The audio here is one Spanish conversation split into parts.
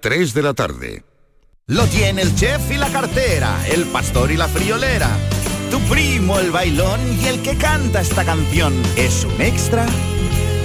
3 de la tarde. Lo tiene el chef y la cartera, el pastor y la friolera. Tu primo el bailón y el que canta esta canción es un extra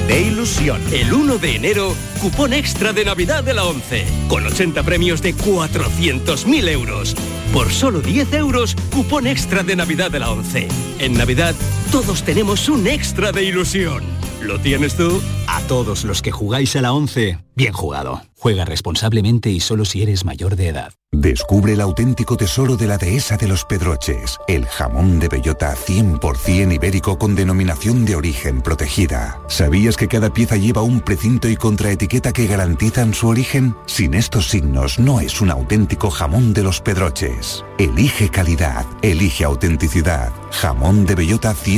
de ilusión. El 1 de enero, cupón extra de Navidad de la 11, con 80 premios de 400.000 euros. Por solo 10 euros, cupón extra de Navidad de la 11. En Navidad, todos tenemos un extra de ilusión. ¿Lo tienes tú? A todos los que jugáis a la 11, bien jugado. Juega responsablemente y solo si eres mayor de edad. Descubre el auténtico tesoro de la dehesa de los Pedroches, el jamón de bellota 100% ibérico con denominación de origen protegida. ¿Sabías que cada pieza lleva un precinto y contraetiqueta que garantizan su origen? Sin estos signos no es un auténtico jamón de los Pedroches. Elige calidad, elige autenticidad. Jamón de bellota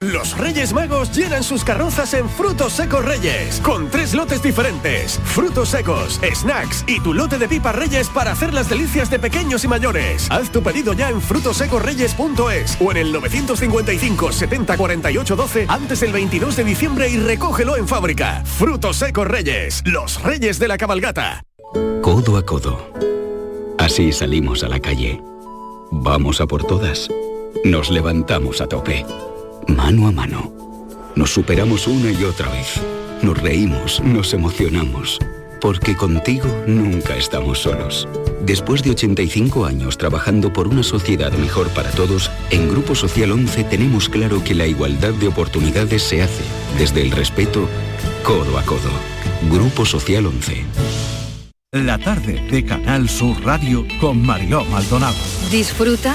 Los Reyes Magos llenan sus carrozas en Frutos Secos Reyes, con tres lotes diferentes, frutos secos, snacks y tu lote de pipa Reyes para hacer las delicias de pequeños y mayores. Haz tu pedido ya en frutosecorreyes.es o en el 955 70 48 12 antes del 22 de diciembre y recógelo en fábrica. Frutos Secos Reyes, los reyes de la cabalgata. Codo a codo. Así salimos a la calle. Vamos a por todas. Nos levantamos a tope mano a mano. Nos superamos una y otra vez. Nos reímos, nos emocionamos. Porque contigo nunca estamos solos. Después de 85 años trabajando por una sociedad mejor para todos, en Grupo Social 11 tenemos claro que la igualdad de oportunidades se hace desde el respeto codo a codo. Grupo Social 11. La tarde de Canal Sur Radio con Mariló Maldonado. Disfruta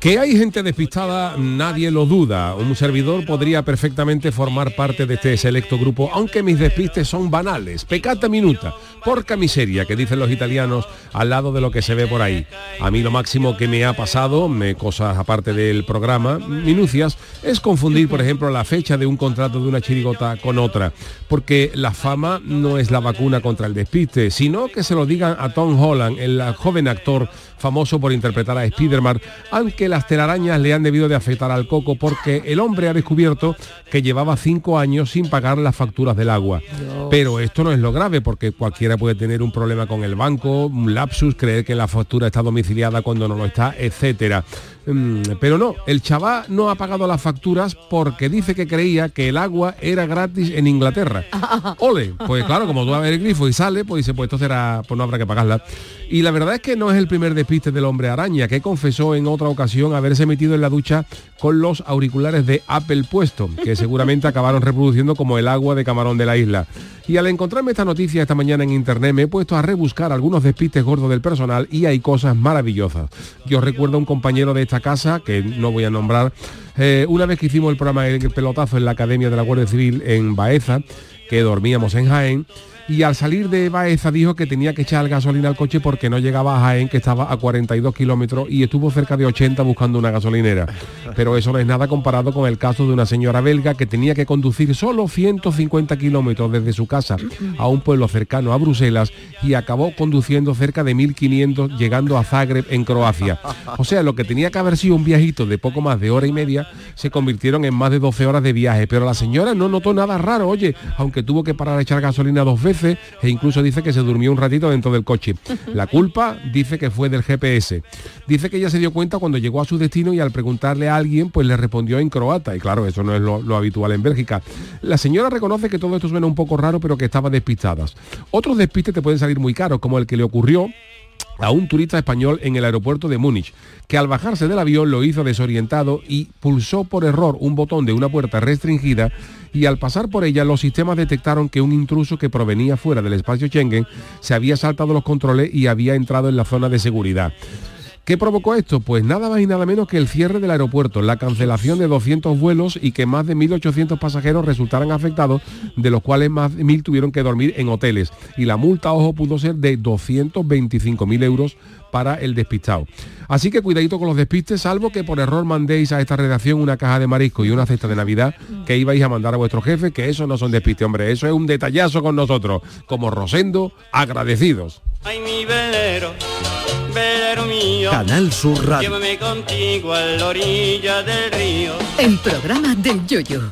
Que hay gente despistada, nadie lo duda. Un servidor podría perfectamente formar parte de este selecto grupo, aunque mis despistes son banales. Pecata minuta, porca miseria, que dicen los italianos, al lado de lo que se ve por ahí. A mí lo máximo que me ha pasado, me, cosas aparte del programa, minucias, es confundir, por ejemplo, la fecha de un contrato de una chirigota con otra. Porque la fama no es la vacuna contra el despiste, sino que se lo digan a Tom Holland, el joven actor famoso por interpretar a Spider-Man, aunque las telarañas le han debido de afectar al coco porque el hombre ha descubierto que llevaba cinco años sin pagar las facturas del agua. Dios. Pero esto no es lo grave porque cualquiera puede tener un problema con el banco, un lapsus, creer que la factura está domiciliada cuando no lo está, etcétera. Mm, Pero no, el chaval no ha pagado las facturas porque dice que creía que el agua era gratis en Inglaterra. Ole, pues claro, como tú vas a ver el grifo y sale, pues dice, pues esto será, pues no habrá que pagarla. Y la verdad es que no es el primer despiste del hombre araña, que confesó en otra ocasión haberse metido en la ducha con los auriculares de Apple puesto, que seguramente acabaron reproduciendo como el agua de camarón de la isla. Y al encontrarme esta noticia esta mañana en internet me he puesto a rebuscar algunos despistes gordos del personal y hay cosas maravillosas. Yo recuerdo a un compañero de esta casa, que no voy a nombrar, eh, una vez que hicimos el programa El Pelotazo en la Academia de la Guardia Civil en Baeza, que dormíamos en Jaén, y al salir de Baeza dijo que tenía que echar gasolina al coche porque no llegaba a Jaén, que estaba a 42 kilómetros y estuvo cerca de 80 buscando una gasolinera. Pero eso no es nada comparado con el caso de una señora belga que tenía que conducir solo 150 kilómetros desde su casa a un pueblo cercano a Bruselas y acabó conduciendo cerca de 1500 llegando a Zagreb en Croacia. O sea, lo que tenía que haber sido un viajito de poco más de hora y media se convirtieron en más de 12 horas de viaje, pero la señora no notó nada raro, oye, aunque tuvo que parar a echar gasolina dos veces e incluso dice que se durmió un ratito dentro del coche. La culpa dice que fue del GPS. Dice que ella se dio cuenta cuando llegó a su destino y al preguntarle a alguien, pues le respondió en croata. Y claro, eso no es lo, lo habitual en Bélgica. La señora reconoce que todo esto suena un poco raro, pero que estaba despistadas. Otros despistes te pueden salir muy caros, como el que le ocurrió a un turista español en el aeropuerto de Múnich, que al bajarse del avión lo hizo desorientado y pulsó por error un botón de una puerta restringida y al pasar por ella los sistemas detectaron que un intruso que provenía fuera del espacio Schengen se había saltado los controles y había entrado en la zona de seguridad. ¿Qué provocó esto? Pues nada más y nada menos que el cierre del aeropuerto, la cancelación de 200 vuelos y que más de 1.800 pasajeros resultaran afectados, de los cuales más de 1.000 tuvieron que dormir en hoteles. Y la multa, ojo, pudo ser de 225.000 euros para el despistado. Así que cuidadito con los despistes, salvo que por error mandéis a esta redacción una caja de marisco y una cesta de Navidad que ibais a mandar a vuestro jefe, que eso no son despistes, hombre, eso es un detallazo con nosotros. Como Rosendo, agradecidos. Ay, mi velero, velero mío. Canal Sur Radio. Llévame contigo a la orilla del río. El programa del yoyo.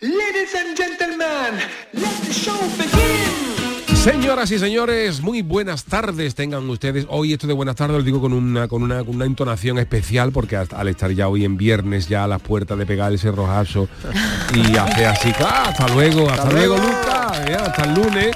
Ladies and gentlemen, let the show begin. Señoras y señores, muy buenas tardes tengan ustedes. Hoy esto de buenas tardes lo digo con una, con una, con una entonación especial porque hasta- al estar ya hoy en viernes ya a las puertas de pegar el cerrojazo y hace así, ¡ah! hasta luego, hasta, luego, Lucas, Ya, hasta el lunes.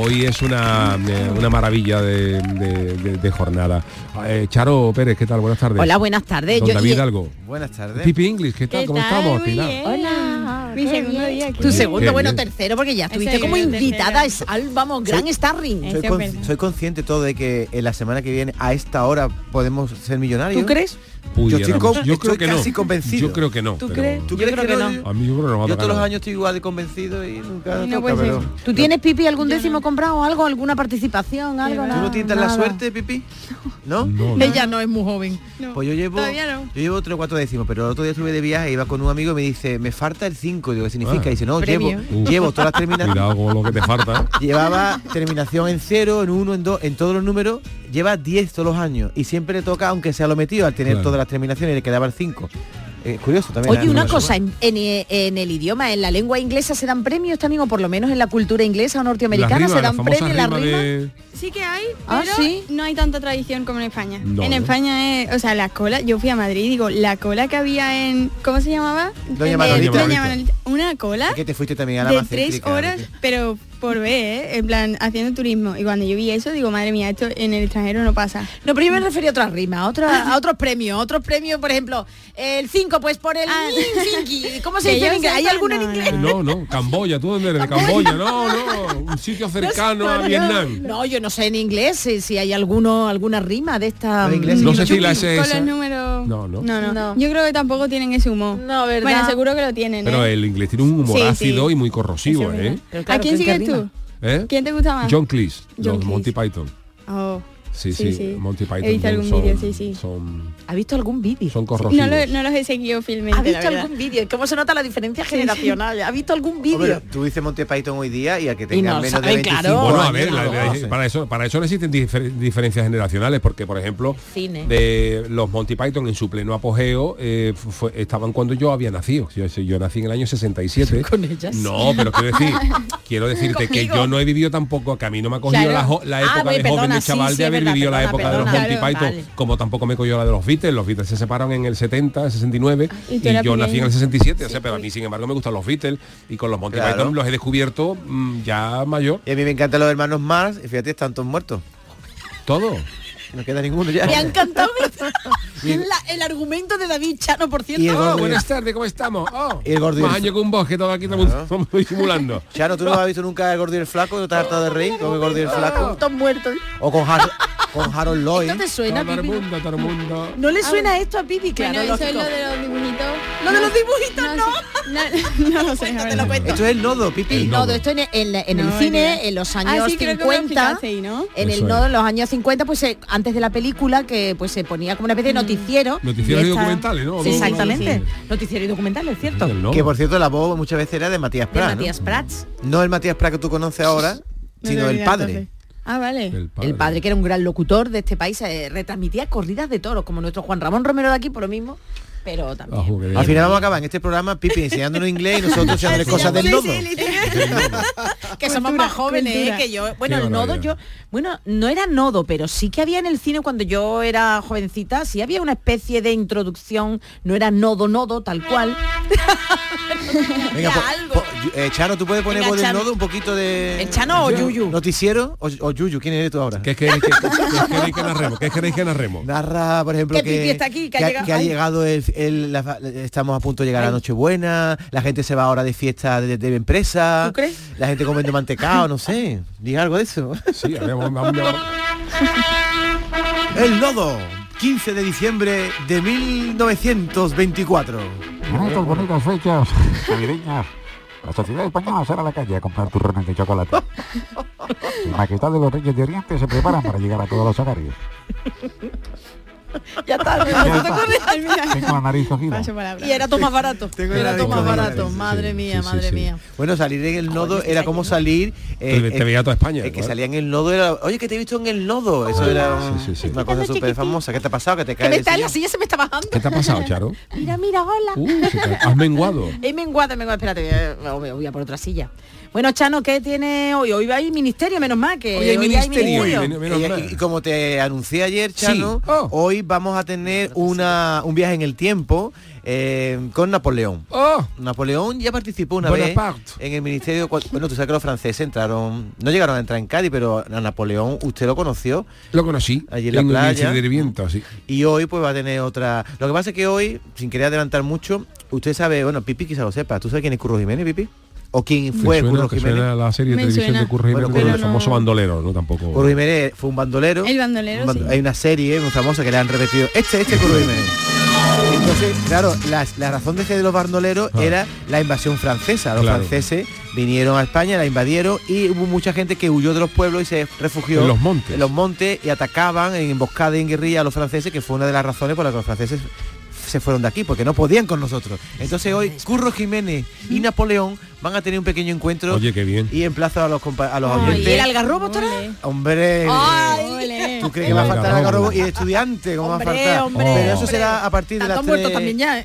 Hoy es una, eh, una maravilla de, de- de- de jornada. Eh, Charo Pérez, ¿qué tal? Buenas tardes. Hola, buenas tardes. Don Yo- David y- Algo. Buenas tardes. Pipi English, ¿qué tal? ¿Cómo estamos? Pilar? Hola. Mi segundo día aquí. Muy Tu segundo, bien, bueno, bien. tercero, porque ya estuviste Ese como yo, tercero. invitada. Es, al- vamos, gran starring. Soy, con- soy consciente todo de que en la semana que viene a esta hora podemos ser millonarios. ¿Tú crees? yo estoy, Pudiéramos. con- Yo estoy creo que no. casi convencido. Yo creo que no, ¿Tú pero- crees? ¿Tú Yo crees creo que, que no? no. A mí yo creo que no va a Yo tocar todos los nada. años estoy igual de convencido y nunca No toca, puede ser. pero- ¿Tú tienes, Pipi, algún décimo comprado? ¿Algo? ¿Alguna participación? ¿Algo? ¿Tú no nada, tientas la nada. suerte, Pipi? ¿No? Ella no es muy joven. Pues yo llevo, Todavía no. yo llevo 3 o 4 décimos, pero el otro día estuve de viaje, iba con un amigo y me dice, me falta el 5. Digo, ¿qué significa? Ah. Y dice, no, llevo, Premio. Uh. llevo todas las terminaciones. Cuidado con lo que te falta. Llevaba terminación en 0, en 1, en 2, en todos los números, lleva 10 todos los años. Y siempre le toca, aunque sea lo metido, al tener Claro. todas las terminaciones, le quedaba el 5. Es curioso también. Oye, la- una la- cosa, en, en, eh, en el idioma, en la lengua inglesa se dan premios también, o por lo menos en la cultura inglesa o norteamericana Las rimas, se dan la famosa premios, la rima rima. de- Sí que hay, pero Ah, ¿sí? no hay tanta tradición como en España. No, en ¿no? España es, o sea, la cola, yo fui a Madrid y digo, la cola que había en, ¿cómo se llamaba? Doña En el- Manolita. Doña Manolita. Una cola Es que te fuiste también a la de más tres céntrica, horas, pero por ver, ¿eh? en plan, haciendo turismo. Y cuando yo vi eso, digo, madre mía, esto en el extranjero no pasa. No, pero yo me refería a otras rimas, a, otra- a otros premios, a otros premios, por ejemplo, el 5, pues por el min, finqui. ¿Cómo se Que dice en yo inglés? ¿Hay sepa, alguno en no, inglés? ¿eh? No, no, Camboya, tú dónde eres de Camboya, no, no, un sitio cercano a Vietnam. No, yo no sé en inglés eh, si, si hay alguno, alguna rima de esta. Mm. En inglés, No sé si la sé Con esa. los números... No, no. Yo creo que tampoco tienen ese humor. No, ¿verdad? Bueno, seguro que lo tienen. Pero ¿eh? el inglés tiene un humor Sí, sí. ácido y muy corrosivo, ¿eh? ¿A quién sigues tú? ¿Eh? ¿Quién te gusta más? John Cleese, John los Monty Python. Oh. Sí, Sí, sí, sí. Monty He Python. visto algún son- vídeo, sí, sí. Son, ¿Ha visto algún vídeo? son No, corrosivos. lo- no los he seguido filmes. ¿Ha la visto verdad. algún vídeo? ¿Cómo se nota la diferencia generacional? ¿Ha visto algún Hombre, vídeo? tú dices Monty Python hoy día y a que tenga no menos de saben, 25 claro. Bueno, a años, ver, no la- lo la- conoce. para eso para eso no existen difer- diferencias generacionales, porque por ejemplo, Cine. de los Monty Python en su pleno apogeo eh, fu- fue- estaban cuando yo había nacido. Yo, yo nací en el año 67. Con ellas. No, pero quiero decir, quiero decirte que Conmigo. yo no he vivido tampoco, que a mí no me ha cogido Claro. la, jo- la Ah, época voy, de perdona, joven de sí, chaval sí, de es haber verdad, vivido la perdona, época de los perdona. Monty Claro, Python, como tampoco me cogió la de los Beatles. Los Beatles se separaron en el 70, 69 Ah, Y y, tú eras yo nací en pequeño. el 67, o sea, pero a mí sin embargo me gustan los Beatles y con los Monty Claro. Python los he descubierto mm, ya mayor. Y a mí me encantan los hermanos Mars y fíjate, están todos muertos. Todo. No queda ninguno ya. Me ha encantado la- el argumento de David Chano, por cierto. Y el gordo, mira. Buenas tardes, ¿cómo estamos? Oh, Y el gordo y más el- año que un bosque, todo aquí estamos, estamos disimulando. Chano, ¿tú no has visto nunca el gordo y el flaco? ¿No te has hartado de reír con el gordo y el flaco? Todos muertos. O con Has- con Harold Lloyd. ¿No te suena, Todo el Pipi? mundo, todo el mundo. ¿No le suena esto a Pipi? Claro, Bueno, eso es lógico. lo de los dibujitos. ¿Lo de los dibujitos, no? No, no, lo sé. la verdad. Esto es el nodo, Pipi. El nodo, esto en, en- en el No, cine, ni idea. en los Ah, años sí, creo que me lo 50, explicaste ahí, ¿no? en Eso el nodo, en los años 50, pues eh, antes de la película, que pues se ponía como una especie de Mm. noticiero. Noticieros y esta- documentales, ¿no? Sí, Dos- exactamente. Noticiero y documentales, ¿cierto? Que por cierto, la voz muchas veces era de Matías De Prat. ¿no? Matías Prats. No el Matías Prat que tú conoces ahora, sino el padre. Ah, vale. El El padre. padre. que era un gran locutor de este país, eh, retransmitía corridas de toros, como nuestro Juan Ramón Romero de aquí, por lo mismo, pero también. Al final vamos a acabar en este programa Pipi enseñándonos inglés y nosotros enseñándole cosas del nodo. que somos Cultura, más jóvenes eh, cultura. que yo. Bueno, Qué el nodo barbaridad. yo, bueno, no era nodo, pero sí que había en el cine cuando yo era jovencita, sí había una especie de introducción, no era nodo nodo tal cual. Venga, po- po- Yu- eh, Chano, ¿tú puedes poner Venga, voz del Chano. nodo un poquito de... ¿El Chano o Yo- Yuyu? ¿Noticiero o, o Yuyu? ¿Quién eres tú ahora? ¿Qué queréis que, qué queréis que narremos? ¿Qué queréis que narremos? Narra, por ejemplo, Que que, Pipi está aquí, que ha llegado- ay. llegado el, el- la- estamos a punto de llegar a Nochebuena, la gente se va ahora de fiesta de, de empresa, ¿Tú crees? la gente comiendo mantecado, no sé, diga algo de eso. Sí, El nodo, 15 de diciembre de 1924. Bonitas, bonitas fechas navideñas. La sociedad española sale a la calle a comprar turrones de chocolate. Las majestades de los reyes de Oriente se preparan para llegar a todos los hogares. ya está. Tengo la nariz cogida. y era todo más barato. Era todo más barato. Madre mía, madre mía. Bueno, salir en el nodo era como salir... eh, Te- te veía toda España, El que igual. salía en el nodo era, oye, que te he visto en el nodo. Eso era un- una cosa súper famosa. ¿Qué te ha pasado? Que te Oh. Que caes me del está la sillón? silla se me está bajando. ¿Qué te ha pasado, Charo? Mira, mira, hola. Uh, se te- has menguado. He menguado, he menguado. Espérate, voy a- voy a, voy a por otra silla. Bueno, Chano, ¿qué tiene hoy? Hoy va a ir ministerio, menos mal que Hoy hay hoy hay ministerio. ministerio. Eh, y, y como te anuncié ayer, Chano, Oh. hoy vamos a tener una, un viaje en el tiempo eh, con Napoleón. Napoleón ya participó una Oh. Bonaparte. vez en el ministerio. cua- Bueno, tú sabes que los franceses entraron, no llegaron a entrar en Cádiz, pero a Napoleón usted lo conoció. Lo conocí. Allí en la el playa. Ministerio de Viento, sí. Y hoy pues va a tener otra. Lo que pasa es que hoy, sin querer adelantar mucho, usted sabe, bueno, Pipi quizá lo sepa. ¿Tú sabes quién es Curro Jiménez, Pipi? ¿O quién Me fue suena- Curro que Jiménez? suena la serie de Me televisión suena. de Curro Bueno, Jiménez, con pero el famoso no- bandolero, ¿no? Tampoco. Curro Jiménez fue un bandolero. El bandolero, Un bando- sí. Hay una serie muy famosa que le han repetido. Este, este es Curro Jiménez. Entonces, claro, las- la, razón de ser de los bandoleros era la invasión francesa. Los Ah. Claro. franceses vinieron a España, la invadieron y hubo mucha gente que huyó de los pueblos y se refugió En los montes. en los montes y atacaban en emboscada y en guerrilla a los franceses, que fue una de las razones por las que los franceses se fueron de aquí porque no podían con nosotros. Entonces hoy Curro Jiménez y Napoleón van a tener un pequeño encuentro Oye, qué bien. y emplazo a los compa- a los oyentes. ¿Y el algarrobo, estará? Hombre, Ay. ¿tú crees que va a faltar Venga, algarrobo y estudiante? ¿Cómo va a Hombre, faltar? hombre, Pero eso hombre. será a partir de Está las muerto tres- también ya, ¿eh?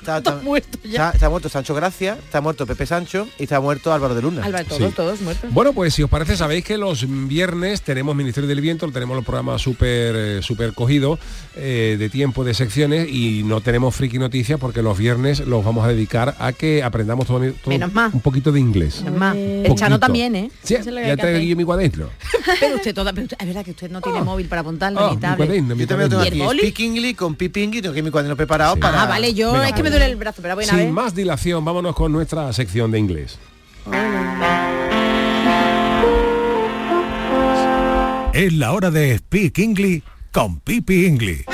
Está, está- muerto está- está muerto Sancho Gracia, está muerto Pepe Sancho y está muerto Álvaro de Luna. Álvaro, todos, Sí. todos muertos. Bueno, pues si os parece, sabéis que los viernes tenemos Ministerio del Viento, tenemos los programas súper eh, súper cogidos eh, de tiempo, de secciones y no tenemos friki noticias porque los viernes los vamos a dedicar a que aprendamos todo- todo Menos mal. un poquito de inglés. Es más, el Poquito. Chano también, ¿eh? Sí, Eso es lo que ya hay que traigo hacer. yo mi cuaderno. Pero usted toda, pero usted- es verdad que usted no tiene móvil para apuntarlo Ah, ni mi tablet. cuaderno, mi Yo también lo tengo ¿Y el aquí, boli? Speak English con Pipi English, tengo aquí mi cuaderno preparado para... Ah, vale, yo Venga, es que me duele el brazo, pero bueno, a ¿eh? ver. Sin más dilación, vámonos con nuestra sección de inglés. Es la hora de Speak English con Pipi English.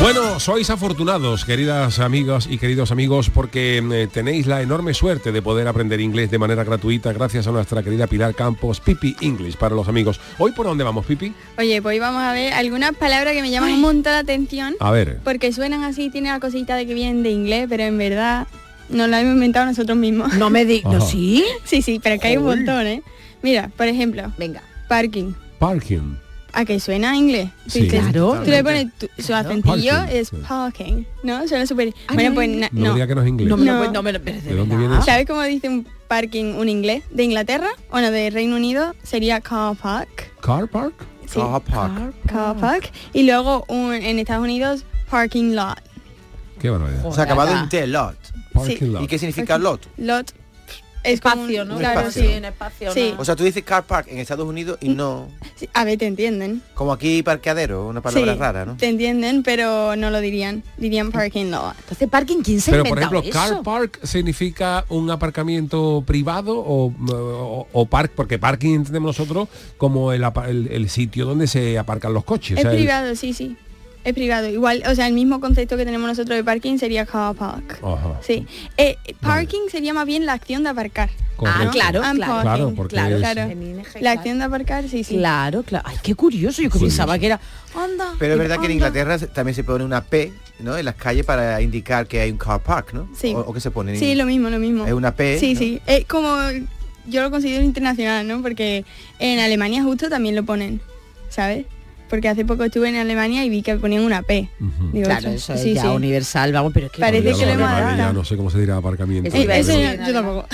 Bueno, sois afortunados, queridas amigas y queridos amigos, porque eh, tenéis la enorme suerte de poder aprender inglés de manera gratuita gracias a nuestra querida Pilar Campos, Pipi English para los amigos. Hoy por dónde vamos, Pipi? Oye, pues hoy vamos a ver algunas palabras que me llaman un montón la atención. A ver. Porque suenan así, tienen la cosita de que vienen de inglés, pero en verdad nos lo hemos inventado nosotros mismos. No me digas, Ajá. ¿sí? Sí, sí, pero que hay un Joder. montón, ¿eh? Mira, por ejemplo. Venga. Parking. Parking. ¿A que suena a inglés? Tú Sí, dices- claro. Tú le pones tu- su acentillo, Parking. es parking, ¿no? Suena súper... Ah, Bueno, pues na- No, me diga que no es inglés. No me lo No. puede- no me lo- ¿De dónde viene? eso? ¿Sabes cómo dice un parking un inglés? ¿De Inglaterra? o no, de Reino Unido sería car park. Car park. Sí. Car Car park. Y luego un- en Estados Unidos, parking lot. Qué barbaridad. Se ha acabado en T, lot. Parking lot. ¿Y qué significa lot? Lot pff, es como un- ¿no? Claro, espacio. sí. Sí. O sea, tú dices car park en Estados Unidos y no... Sí, A ver, te entienden. Como aquí parqueadero, una palabra Sí, rara, ¿no? Mm. Te entienden, pero no lo dirían. Dirían parking lot. Entonces, parking, ¿quién Pero por ejemplo, car park significa un aparcamiento privado o, o- o park, porque parking entendemos nosotros como el, apa- el- el sitio donde se aparcan los coches. Es o sea, el- privado, sí, sí. Es privado. Igual, o sea, el mismo concepto que tenemos nosotros de parking sería car park. Ajá. Sí. Eh, parking sería más bien la acción de aparcar. Correcto. ¿no? claro, And claro. parking. Claro, porque es- La acción de aparcar, sí, sí. Claro, claro. Ay, qué curioso. Yo que pensaba que era. Anda. Pero es verdad que en anda. Inglaterra se- también se pone una P, ¿no? En las calles para indicar que hay un car park, ¿no? Sí. O, o que se pone en- Sí, lo mismo, lo mismo. Es una P, Sí, ¿no? sí. Es como yo lo considero internacional, ¿no? Porque en Alemania justo también lo ponen, ¿sabes? Porque hace poco estuve en Alemania y vi que ponían una P. Digo, Claro, ostras, eso es sí, ya sí. universal, vamos, pero es que Parece que lo hemos Vale, ya adaptado. no sé cómo se dirá aparcamiento. Eh, pero- eso yo- yo tampoco.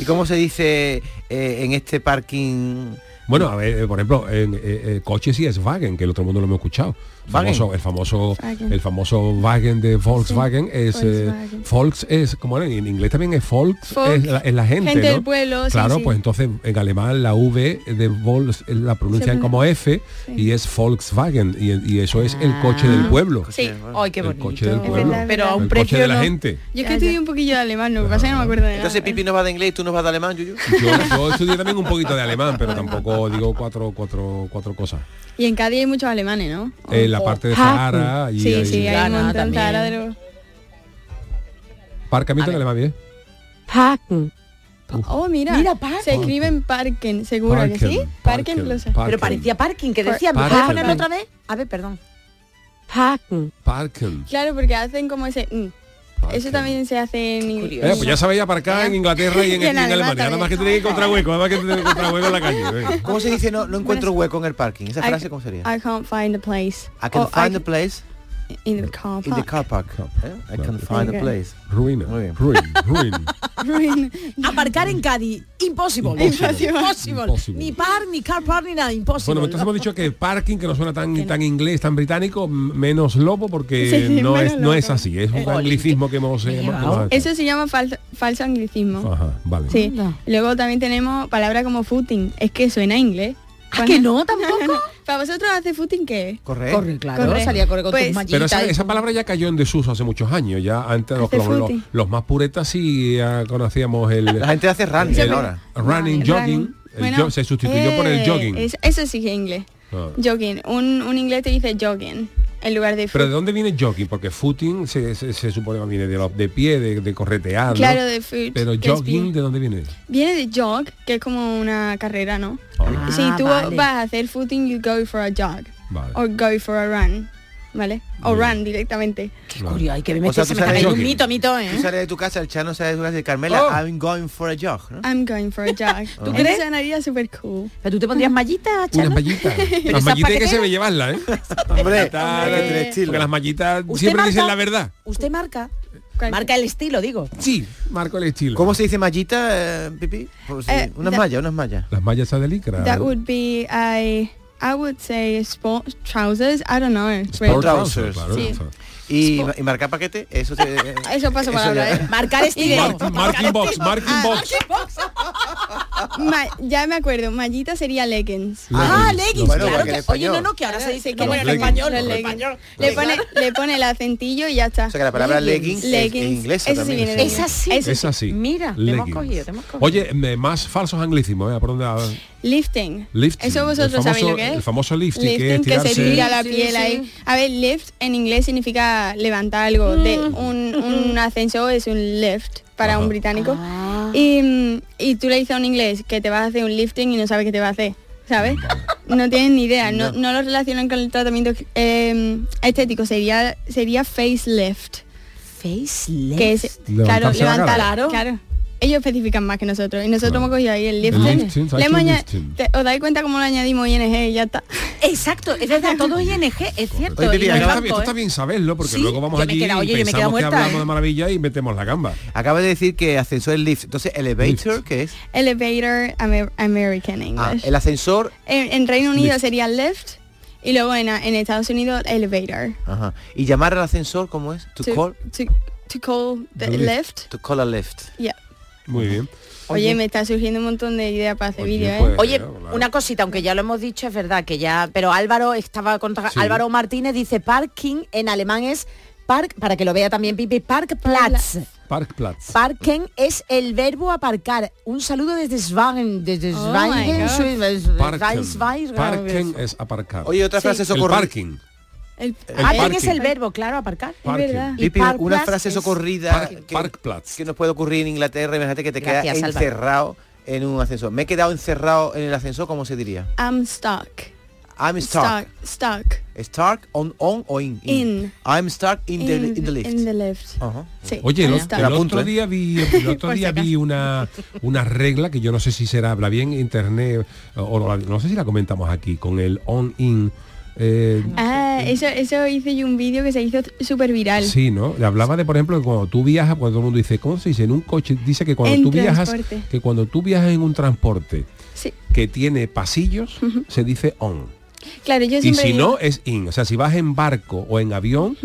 ¿Y cómo se dice eh, en este parking? Bueno, a ver, eh, por ejemplo, en eh, eh, coches y es Wagen, que el otro mundo lo hemos escuchado. Wagen. Famoso- el famoso Wagen. el famoso Wagen de Volkswagen es eh, Volkswagen. Volks es como en en inglés también es Volks, Volks, es, la, es la gente, gente ¿no? del pueblo, sí, Claro, sí. pues entonces en alemán la V de Volks eh, la pronuncian pronuncia- como F y es Volkswagen y, y eso es el coche del pueblo. Sí. Ay, qué El coche del Ah. Es pueblo. verdad, es Pero a un el coche de precio la no- gente. Yo es que estudié un poquillo de alemán, lo que pasa es que no me acuerdo de nada. Entonces ¿eh? Pipi no va de inglés y tú no vas de alemán, Yuyu. Yo, yo estudié también un poquito de alemán, pero tampoco digo cuatro, cuatro, cuatro cosas. Y en Cádiz hay muchos alemanes, ¿no? Eh, la parte de Ah, Sahara y Sí, sí, hay un Parcamiento montón de Sahara de los... en alemán bien. Oh, mira. Mira, Se escribe en parken, seguro que sí. Parken, Parken, lo sé. parken. Pero parecía parking, que Par- decía, ¿puedes Parking. ponerlo otra vez? A ver, perdón. Parking. Parken. Claro, porque hacen como ese... mm. Eso también se hace en... Eh, pues ya sabéis aparcar en Inglaterra y en, Y en en Alemania Alemania. Nada más que tenéis que encontrar hueco, nada más que tenéis que encontrar hueco en la calle. ¿eh? venga. ¿Cómo se dice no, no encuentro hueco en el parking? ¿Esa frase cómo sería? I can't find a place. I can Oh, find a place ca- in the car in the park. car park. ¿eh? I can find a Ok. place. Ruina. Ruin, ruin. Aparcar en Cádiz, imposible. Impossible. Impossible. Ni par, ni car park, ni nada, imposible. Bueno, entonces hemos dicho que parking, que no suena tan, tan inglés, tan británico, m- menos lobo, porque Sí, sí, no, menos es, no es lobo. así, es un anglicismo que hemos... eh, hemos- hemos hecho. Eso se llama falso, falso anglicismo. Ajá, vale. Sí. Luego también tenemos palabra como footing. Es que suena a inglés. ¿A Ah, que no tampoco? Para vosotros hace footing qué? Correr. Correr, claro. Correr. Salía a correr con Pues- tus Pero esa, mallitas. y- esa palabra ya cayó en desuso hace muchos años. Ya antes los, Hace los- los- footy. los más puretas sí ah, conocíamos el. La gente hace running ahora. Running, Running. jogging. el Bueno, jo- se sustituyó por el eh, jogging. es- eso sí que es inglés. Ah. Jogging. Un, un inglés te dice jogging en lugar de Pero footing. ¿de dónde viene jogging? Porque footing se, se, se supone que viene de, lo- de pie, de, de corretear. ¿no? Claro, de foot, Pero que es jogging, pie. ¿de dónde viene? Viene de jog, que es como una carrera, ¿no? Ah. si tú vale. vas a hacer footing, you go for a jog. Vale. O go for a run. ¿Vale? O run directamente. Qué curioso, hay que me O sea, se tú me está sales- cayendo un mito, mito, ¿eh? Tú sales de tu casa, el Chano sale de tu casa y Carmela, Oh. I'm going for a jog, ¿no? I'm going for a jog. ¿Tú Eso crees? sonaría súper cool. Pero tú te pondrías mallitas, Unas mallitas. las mallitas hay que se me llevarlas, ¿eh? Hombre, Las hombre. mallitas- porque las mallitas siempre marca? dicen la verdad. Usted marca. Marca el estilo, digo. Sí, marco el estilo. ¿Cómo se dice mallita, eh, Pipi? Por si- Eh, unas da- mallas, unas mallas. Las mallas de licra. That would be a... I would say sport trousers. I don't know. Sport trousers. claro. Sí. Y, y marcar paquete, eso te, Eso pasa por Eso ahora, ya- ¿eh? Marcar estilo. Marking, marking box, marking box. Ah, Ma- ya me acuerdo, mallita sería leggings. Ah, leggings, Bueno, claro porque en que. Oye, español. no, no, que ahora se dice que Los en leggings, español, los en leggings. español. Le pone, le pone el acentillo y ya está. O sea que la palabra leggings es- leggings. es inglesa Eso sí también, viene de sí. inglés. Es así. Eso Es sí. así. Mira, te hemos Leggings. cogido, te hemos cogido. Oye, me- más falsos anglicismos, ¿eh? ¿Por dónde va? Lifting. Lifting. Eso El famoso- vosotros sabéis lo que es. el famoso lifting, que es que se tirarse- tira la Sí, piel sí, ahí. A ver, lift en inglés significa levantar algo. De Mm. un, un ascensor es un lift para un británico. Ah. Y, mm, y tú le dices a un inglés que te vas a hacer un lifting y no sabe qué te va a hacer. ¿Sabes? No tienen ni idea. No, no lo relacionan con el tratamiento eh, estético. Sería sería facelift. Facelift. Que es, claro, Levantarse la levantar. cara. Claro. Ellos especifican más que nosotros. Y nosotros hemos cogido ahí el El lifting. lifting, Le hemos ha hecho aña- lifting. te- ¿Os dais cuenta cómo lo añadimos ING y ya está? Exacto, es verdad, todo ING, es cierto. Oye, Pipi, y no es acaba- banco, esto ¿eh? está bien saberlo, porque Sí, luego vamos yo me he allí quedado, y oye, yo me he pensamos quedado que muerta, hablamos ¿eh? de maravilla y metemos la gamba. Acaba de decir que ascensor es lift. Entonces, elevator, ¿qué es? Elevator Amer- American Ah, English. el ascensor. en, en Reino Unido Lift. sería lift y luego en, en Estados Unidos elevator. Ajá. Y llamar al ascensor, ¿cómo es? To, call. to, to call the The lift. lift. To call a lift. Yeah. Muy bien. Oye, me está surgiendo un montón de ideas para hacer vídeo, ¿eh? pues, Oye, una cosita, aunque ya lo hemos dicho, es verdad que ya, pero Álvaro estaba contra Sí. Álvaro Martínez dice parking en alemán es park, para que lo vea también Pipi, Parkplatz. Parkplatz. Parken es el verbo aparcar. Un saludo desde Schwagen, desde Oh Schwagen, my God. Schwe- Parken. Schweigen. Parken es aparcar. Oye, otra frase El socorri- parking. El, Parken es parking. el verbo, claro, aparcar. Parking. Y Pipi, park una plus frase es- socorrida que, que nos puede ocurrir en Inglaterra, imagínate que te quedas Gracias, Álvaro. encerrado en un ascensor. Me he quedado encerrado en el ascensor, ¿cómo se diría? I'm stuck. I'm stuck. Stuck. Stuck. Stark on on o in. In. I'm stuck in, the, in the lift. In the lift. Ajá. Sí, Oye, el, I'm ot- stuck. el otro día vi, el otro Por si día vi una, una regla que yo no sé si será, la vi en internet, o, o la- no sé si la comentamos aquí, con el on-in. eh, Ah, eso, eso hice yo un vídeo que se hizo súper viral. Sí, ¿no? Le Hablaba de, por ejemplo, que cuando tú viajas, cuando todo el mundo dice, ¿cómo se dice? En un coche, dice que cuando En tú viajas, transporte. que cuando tú viajas en un transporte Sí. que tiene pasillos, se dice on. Claro, yo Y siempre si digo- no, es in. O sea, si vas en barco o en avión,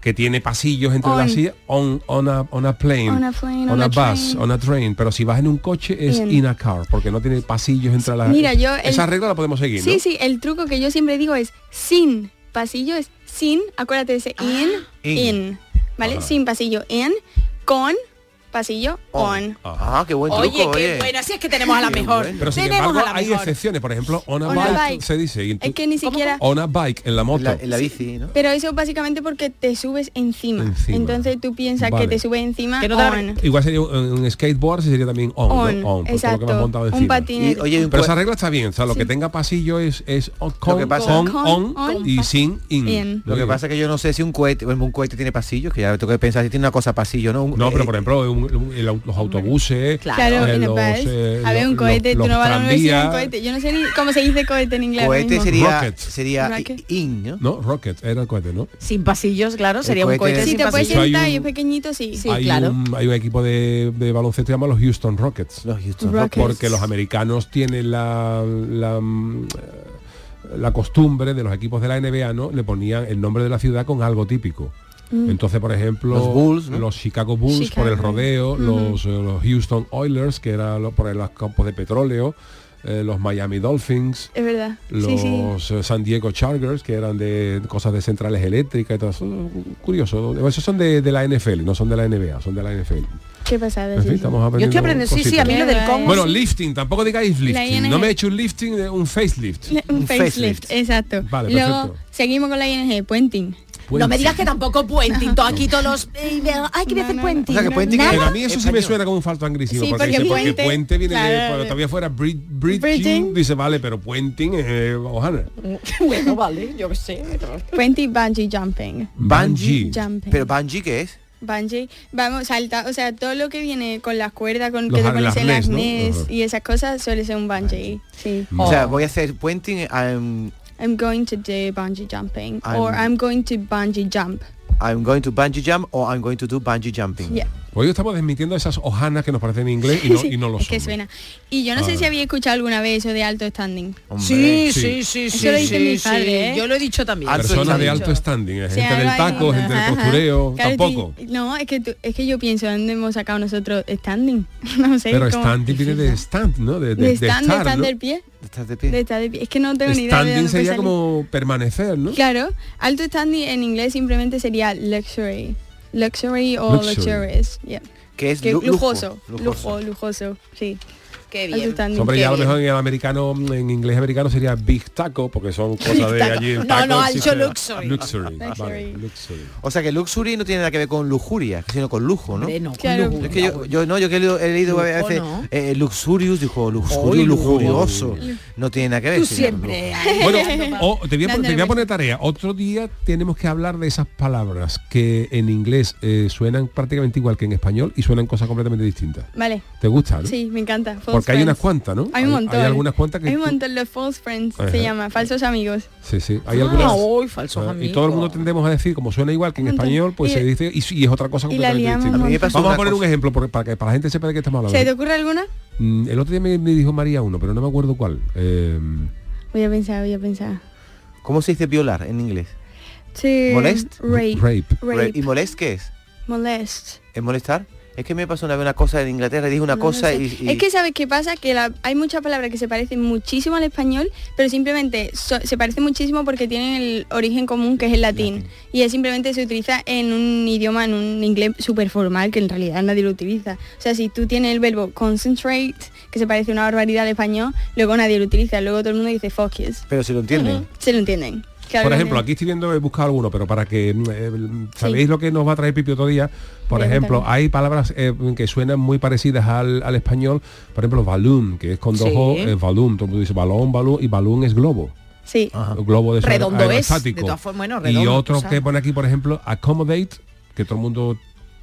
que tiene pasillos entre On. las sillas, on, on, a, on a plane, On a plane, on a bus, train. on a train. Pero si vas en un coche, es In. in a car, porque no tiene pasillos entre las... Mira, yo el- Esa regla la podemos seguir, Sí, ¿no? sí, el truco que yo siempre digo es sin pasillo, es sin, acuérdate de ese in, in, Ah, In. ¿vale? Sin pasillo, in, con pasillo, on. Ah, qué buen Oye, Oh. truco, qué oye. bueno, así es que tenemos a la mejor. Pero sin tenemos embargo, a la hay mejor. excepciones. Por ejemplo, on a, On a bike, bike. se dice. y tú- Es que ni siquiera... On a bike, en la moto. En la bici, ¿no? Pero eso básicamente porque te subes encima. Encima. Entonces tú piensas Vale. que te subes encima, Que no te la- on. Igual sería un, un skateboard, sería también on, ¿no? On, On, por todo lo que me exacto. has montado Un encima. patinete. Y, oye, hay un Pero cua- esa regla está bien, o sea, lo que tenga pasillo es, es on, con, que pasa- con, Con, on, on, y pa- sin in. Lo que pasa es que yo no sé si un cohete, bueno, un cohete tiene pasillos, que ya tengo que pensar si tiene una cosa pasillo, ¿no? eh, No, pero por ejemplo, un- un- el au- los autobuses, Claro, eh, en el los, país. eh, A ver, un los- cohete, los tú no vas a la universidad en tranvías. cohete. Yo no sé ni cómo se dice cohete en inglés. ahora Cohete mismo. sería- Rocket. sería Rocket. in, ¿no? No, rocket, era el cohete, ¿no? Sin pasillos, claro, sería un cohete Si sin te puedes pasillo. sentar Hay y es un- pequeñito, sí. hay, un, hay un equipo de, de baloncesto que se llama los Houston Rockets. Los Houston Rockets. Porque los americanos tienen la, la, mm, eh, la costumbre de los equipos de la NBA, ¿no? Le ponían el nombre de la ciudad con algo típico. Mm. Entonces, por ejemplo, Los Bulls, ¿no? los Chicago Bulls Chicago. por el rodeo, Ujú. los, eh, los Houston Oilers, que era lo- por los campos de petróleo, eh, los Miami Dolphins, Es verdad. los Sí, sí. eh, San Diego Chargers, que eran de cosas de centrales eléctricas y todo eso. Curioso. Esos son de, de la NFL, no son de la NBA, son de la NFL. Qué pasada. En fin, estamos aprendiendo cositas. Bueno, lifting, tampoco digáis La lifting. ING. No me he hecho un lifting, eh, un facelift. Un facelift, Eh, exacto. Vale, Luego perfecto. seguimos con la ING, puenting. Puenting. me digas que tampoco puenting, todo aquí todos los... Ay, que voy a hacer puenting. Pero a mí eso sí me suena como un falto anglicismo. Sí, porque, porque dice, porque puente, puente, viene de... claro. Cuando todavía fuera bri- bridging, dice, vale, pero puenting es... eh, Ojana. bueno, vale, yo qué sé. Puenting, bungee jumping. Bungee. Jumping. Pero bungee qué es? Bungee, vamos, salta, o sea, todo lo que viene con las cuerdas, con Los que te ar- las pones en las arnés, ¿no? arnés Ajá. y esas cosas, suele ser un bungee. Sí. O sea, voy a hacer puenting I'm, I'm going to do bungee jumping I'm- or I'm going to bungee jump. Mm. I'm going to bungee jump o I'm going to do bungee jumping. Yeah. Pues Hoy estamos desmintiendo esas ojanas que nos parecen en inglés y no, y no lo es son. que suena. Y yo no A sé ver. si había escuchado alguna vez eso de alto standing. Sí, sí, sí, Eso lo dice mi padre, ¿eh? Yo lo he dicho también. Personas de alto standing, eh, O sea, gente del algo ahí. taco, gente del Ajá, ajá. costureo, Claro, tampoco. sí. No, es que, tú- es que yo pienso, ¿dónde hemos sacado nosotros standing? no sé. Pero cómo- standing viene de stand, ¿no? De, De, stand, de estar, stand ¿no? del pie. Estás de De estar de pie. Es que no tengo ni idea de Standing dónde puede sería salir. como permanecer, ¿no? Claro, alto standing en inglés simplemente sería luxury. Luxury o Luxury. luxurious. yeah. Que es Que lu- lujoso, lujo, lujo, lujoso, sí. Qué bien. Hombre, ya a lo mejor en el americano, en inglés americano sería big taco, porque son cosas de taco. allí. No, el taco no, ha existe- dicho luxury. Luxury, Luxury. vale, luxury. O sea que luxury no tiene nada que ver con lujuria, sino con lujo, ¿no? Hombre, no, con Claro. lujuria, Es que yo, yo no, yo que he leído, he leído a Lujo, veces ¿no? eh, luxurious, dijo lujurio, Oy, lujo. lujurioso. No tiene nada que ver. Tú sino siempre. lujo. Bueno, o- te, voy a, pon- te voy a poner tarea. Otro día tenemos que hablar de esas palabras que en inglés eh, suenan prácticamente igual que en español y suenan cosas completamente distintas. Vale. ¿Te gusta? no? Sí, me encanta. false Porque hay unas friends. cuantas, ¿no? Hay un montón. algunas cuantas que... Hay un tú- montón de false friends, Ajá. se llama, falsos amigos. Sí, sí. Hay Ah, algunas... uy, falsos Ah, Y amigos. todo el mundo tendemos a decir, como suena igual que en Un montón. español, pues Y- se dice... Y, y es otra cosa y la completamente liamos un distinta. A mí me pasó Vamos a una poner un cosa. ejemplo porque- para que para la gente sepa de qué estamos hablando. ¿Se te ocurre alguna? Mm, El otro día me, me dijo María uno, pero no me acuerdo cuál. Eh, Voy a pensar, voy a pensar. ¿Cómo se dice violar en inglés? To ¿Molest? Rape. Rape. ¿Y molest qué es? Molest. ¿Es molestar? Es que me pasó una vez una cosa en Inglaterra, y dije una No lo cosa sé. y, y- Es que sabes qué pasa, que la- hay muchas palabras que se parecen muchísimo al español, pero simplemente so- se parecen muchísimo porque tienen el origen común que es el latín. Y es simplemente se utiliza en un idioma, en un inglés súper formal, que en realidad nadie lo utiliza. O sea, si tú tienes el verbo concentrate, que se parece una barbaridad al español, luego nadie lo utiliza, luego todo el mundo dice focus. Pero si lo entienden. Se lo entienden. Claro Por que ejemplo, no. aquí estoy viendo, he buscado alguno, pero para que mm, eh, sabéis lo que nos va a traer Pipi otro día, por Voy a ejemplo, apuntarlo. hay palabras eh, que suenan muy parecidas al, al español, por ejemplo, balloon, que es con dos Sí. O, eh, balloon, todo el mundo dice balón, balón, y balón es globo. Sí. El Globo de San- Redondo es, de aerostático. todas formas, bueno, y redondo, otro tú que sabes. pone aquí, por ejemplo, accommodate, que todo el mundo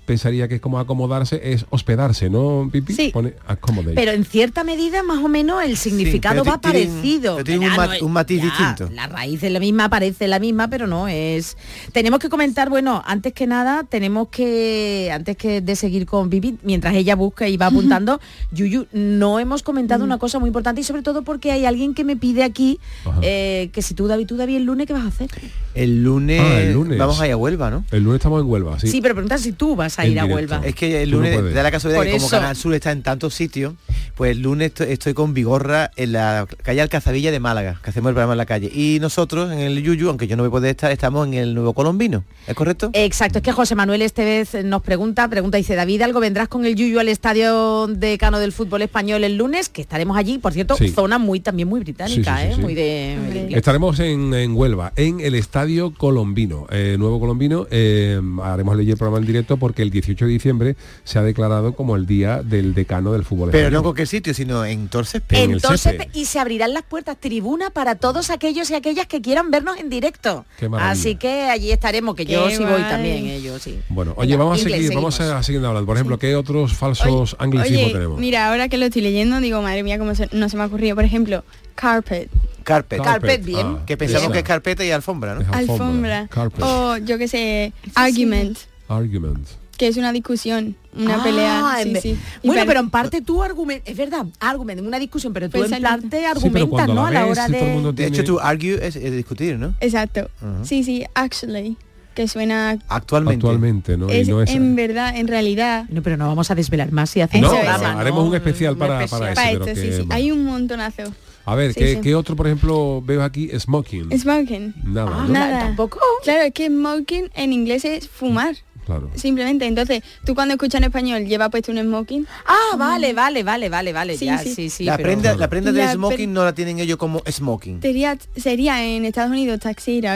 pensaría que es como acomodarse, es hospedarse, ¿no, Pipi? Pone accommodate. Pero en cierta medida, más o menos, el significado pero va ti- tienen- parecido. pero tienen Que un nada, mat- es- un matiz ya, distinto. La raíz es la misma, parece la misma, pero no es. Tenemos que comentar, bueno, antes que nada, tenemos que, antes que de seguir con Vivi, mientras ella busca y va apuntando, Yuyu, no hemos Mm. comentado una cosa muy importante y sobre todo porque hay alguien que me pide aquí eh, que si tú, David, tú, David, el lunes, ¿qué vas a hacer? el, lunes, Ah, el lunes. vamos a ir a Huelva, ¿no? El lunes estamos en Huelva, Sí, pero pregunta si tú vas a En ir a directo. Huelva. Es que el Tú no lunes, puedes. da la casualidad Por que como eso. Canal Sur está en tantos sitios, pues el lunes estoy, estoy con Vigorra en la calle Alcazabilla de Málaga, que hacemos el programa en la calle. Y nosotros en el Yuyu, aunque yo no voy a poder estar, estamos en el Nuevo Colombino, ¿es Eh, correcto? Exacto, es que José Manuel este vez nos pregunta, pregunta, dice David, ¿algo vendrás con el Yuyu al estadio de Cano del Fútbol Español el lunes? Que estaremos allí, por cierto, Sí. zona muy también muy británica, Sí, sí, sí, ¿eh? sí. muy de... muy de inglés. Estaremos en, en Huelva, en el Estadio Colombino, eh, Nuevo Colombino. eh, haremos leer el programa en directo porque el 18 de diciembre se ha declarado como el día del decano del fútbol. Pero no en español. cualquier sitio, sino en Torces. en el Entonces, césped. y se abrirán las puertas tribuna para todos aquellos y aquellas que quieran vernos en directo. Qué maravilla. Así que allí estaremos, que yo Qué sí voy guay. también, eh, yo sí. Bueno, oye, Venga, vamos a inglés, seguir, vamos a seguir hablando. Por ejemplo, ¿qué otros falsos anglicismos Oye, tenemos? mira, ahora que lo estoy leyendo, digo, madre mía, cómo se- no se me ha ocurrido. Por ejemplo, carpet. Carpet. Carpet, bien. Ah, que pensamos esa. que es carpeta y alfombra, ¿no? alfombra, carpet. o yo qué sé, argument, Argument. que es una discusión, una Ah, pelea. en sí, ve- sí. Y Bueno, par- pero en parte tú argumentas, es verdad, argumentas, una discusión, pero tú en Pensamiento. parte argumentas, ¿no? A la hora de... De hecho, tú argue es, es discutir, ¿no? Exacto. Ajá. Sí, sí, actually, que suena Ah, Actualmente. Actualmente, ¿no? es, y no es- en verdad, en realidad. No, pero no vamos a desvelar más si hacemos No, un ha- programa, ¿no? haremos un especial para, para eso. Para pero esto, sí, que- sí. Hay un montonazo. A ver, Sí, ¿qué, sí. qué otro, por ejemplo, veo aquí? Smoking. Smoking. Ah, Nada, ¿no? Nada. ¿Tampoco? Claro, es que smoking en inglés es fumar. Claro. Simplemente, entonces, tú cuando escuchas en español lleva puesto un smoking. Ah, vale, vale, vale, vale, vale. ya, sí, sí, la, pero- prenda, la prenda de La smoking per- no la tienen ellos como smoking. Sería, sería en Estados Unidos taxiro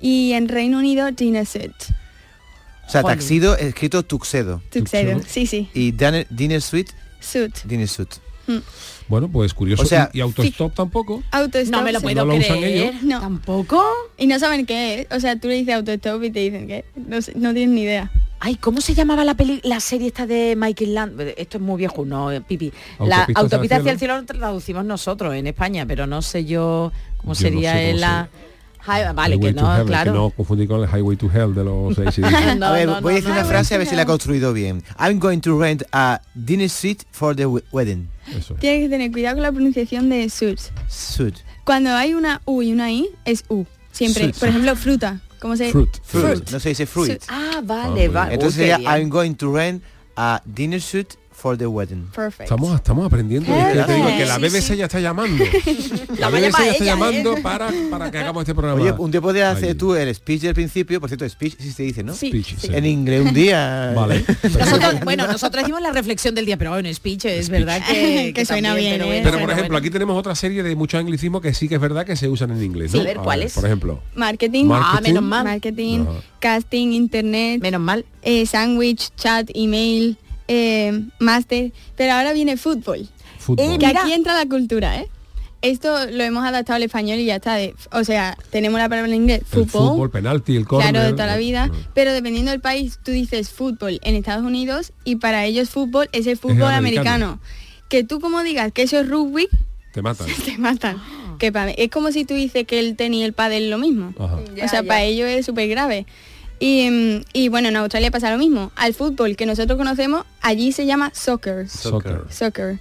y en Reino Unido dinner suit. O sea, Jolín. taxido escrito tuxedo. Tuxedo. Sí, sí. Y dinner, dinner suite, Suit. dinner suit. Mm. Bueno, pues curioso. O sea, y, y autostop tampoco. Autostop. No me lo puedo No lo usan creer. ellos. No. ¿Tampoco? Y no saben qué es. O sea, tú le dices autostop y te dicen que no, sé- no tienen ni idea. Ay, ¿cómo se llamaba la peli la serie esta de Michael Land? eh, Esto es muy viejo, no, eh, Pipi. La Autopista hacia autopista el hacia el cielo lo traducimos nosotros en España, pero no sé yo cómo Yo no sería sé cómo en la... Hi- vale, que Highway to no, Hell, claro. que no confundir con el Highway to Hell de los ACDC. a ver, voy a decir una no, frase a no, ver si la he no. construido bien. I'm going to rent a dinner suite for the we- wedding. Tienes que tener cuidado con la pronunciación de suit. Suit. Cuando hay una U y una I, es U. Siempre. Suit. Por ejemplo, fruta. ¿Cómo Eh, se Fruit. No se dice fruit. Suit. Ah, Ah, muy bien. Entonces sería I'm going to rent a dinner suite for the wedding. Perfect. Estamos, estamos aprendiendo. Es que te digo que la Sí, BBC ya está llamando. La BBC ya ¿eh? está llamando para, para que hagamos este programa. Oye, un día podrías Allí. hacer tú el speech del principio, por cierto, speech sí se dice, ¿no? Sí. Speech, sí. En inglés un día. Vale. Nosotros- bueno, nosotros hicimos la reflexión del día, pero bueno, speech es verdad que, Que suena bien, ¿eh? pero bueno, Pero por bueno, ejemplo, aquí tenemos otra serie de muchos anglicismos que sí que es verdad que se usan en inglés. Sí, ¿no? a ver, ¿cuáles? Por ejemplo, Marketing. Marketing. Ah, menos mal. Marketing, Ajá. casting, internet. Menos mal. Eh, sándwich, chat, email, eh, máster. Pero ahora viene fútbol. Eh, Fútbol. Que aquí entra la cultura, ¿eh? Esto lo hemos adaptado al español y ya está. de- o sea, tenemos la palabra en inglés, el fútbol. fútbol, penalti, el córner. Claro, de toda la vida. eh. Pero dependiendo del país, tú dices fútbol en Estados Unidos y para ellos fútbol es el fútbol americano. americano. Que tú como digas que eso es rugby, Te matan. te matan. Que pa- es como si tú dices que el tenis y el pádel es lo mismo. Ajá. o sea, para ellos es súper grave. Y, mm, y bueno, en Australia pasa lo mismo. Al fútbol que nosotros conocemos, allí se llama soccer. Soccer. Soccer.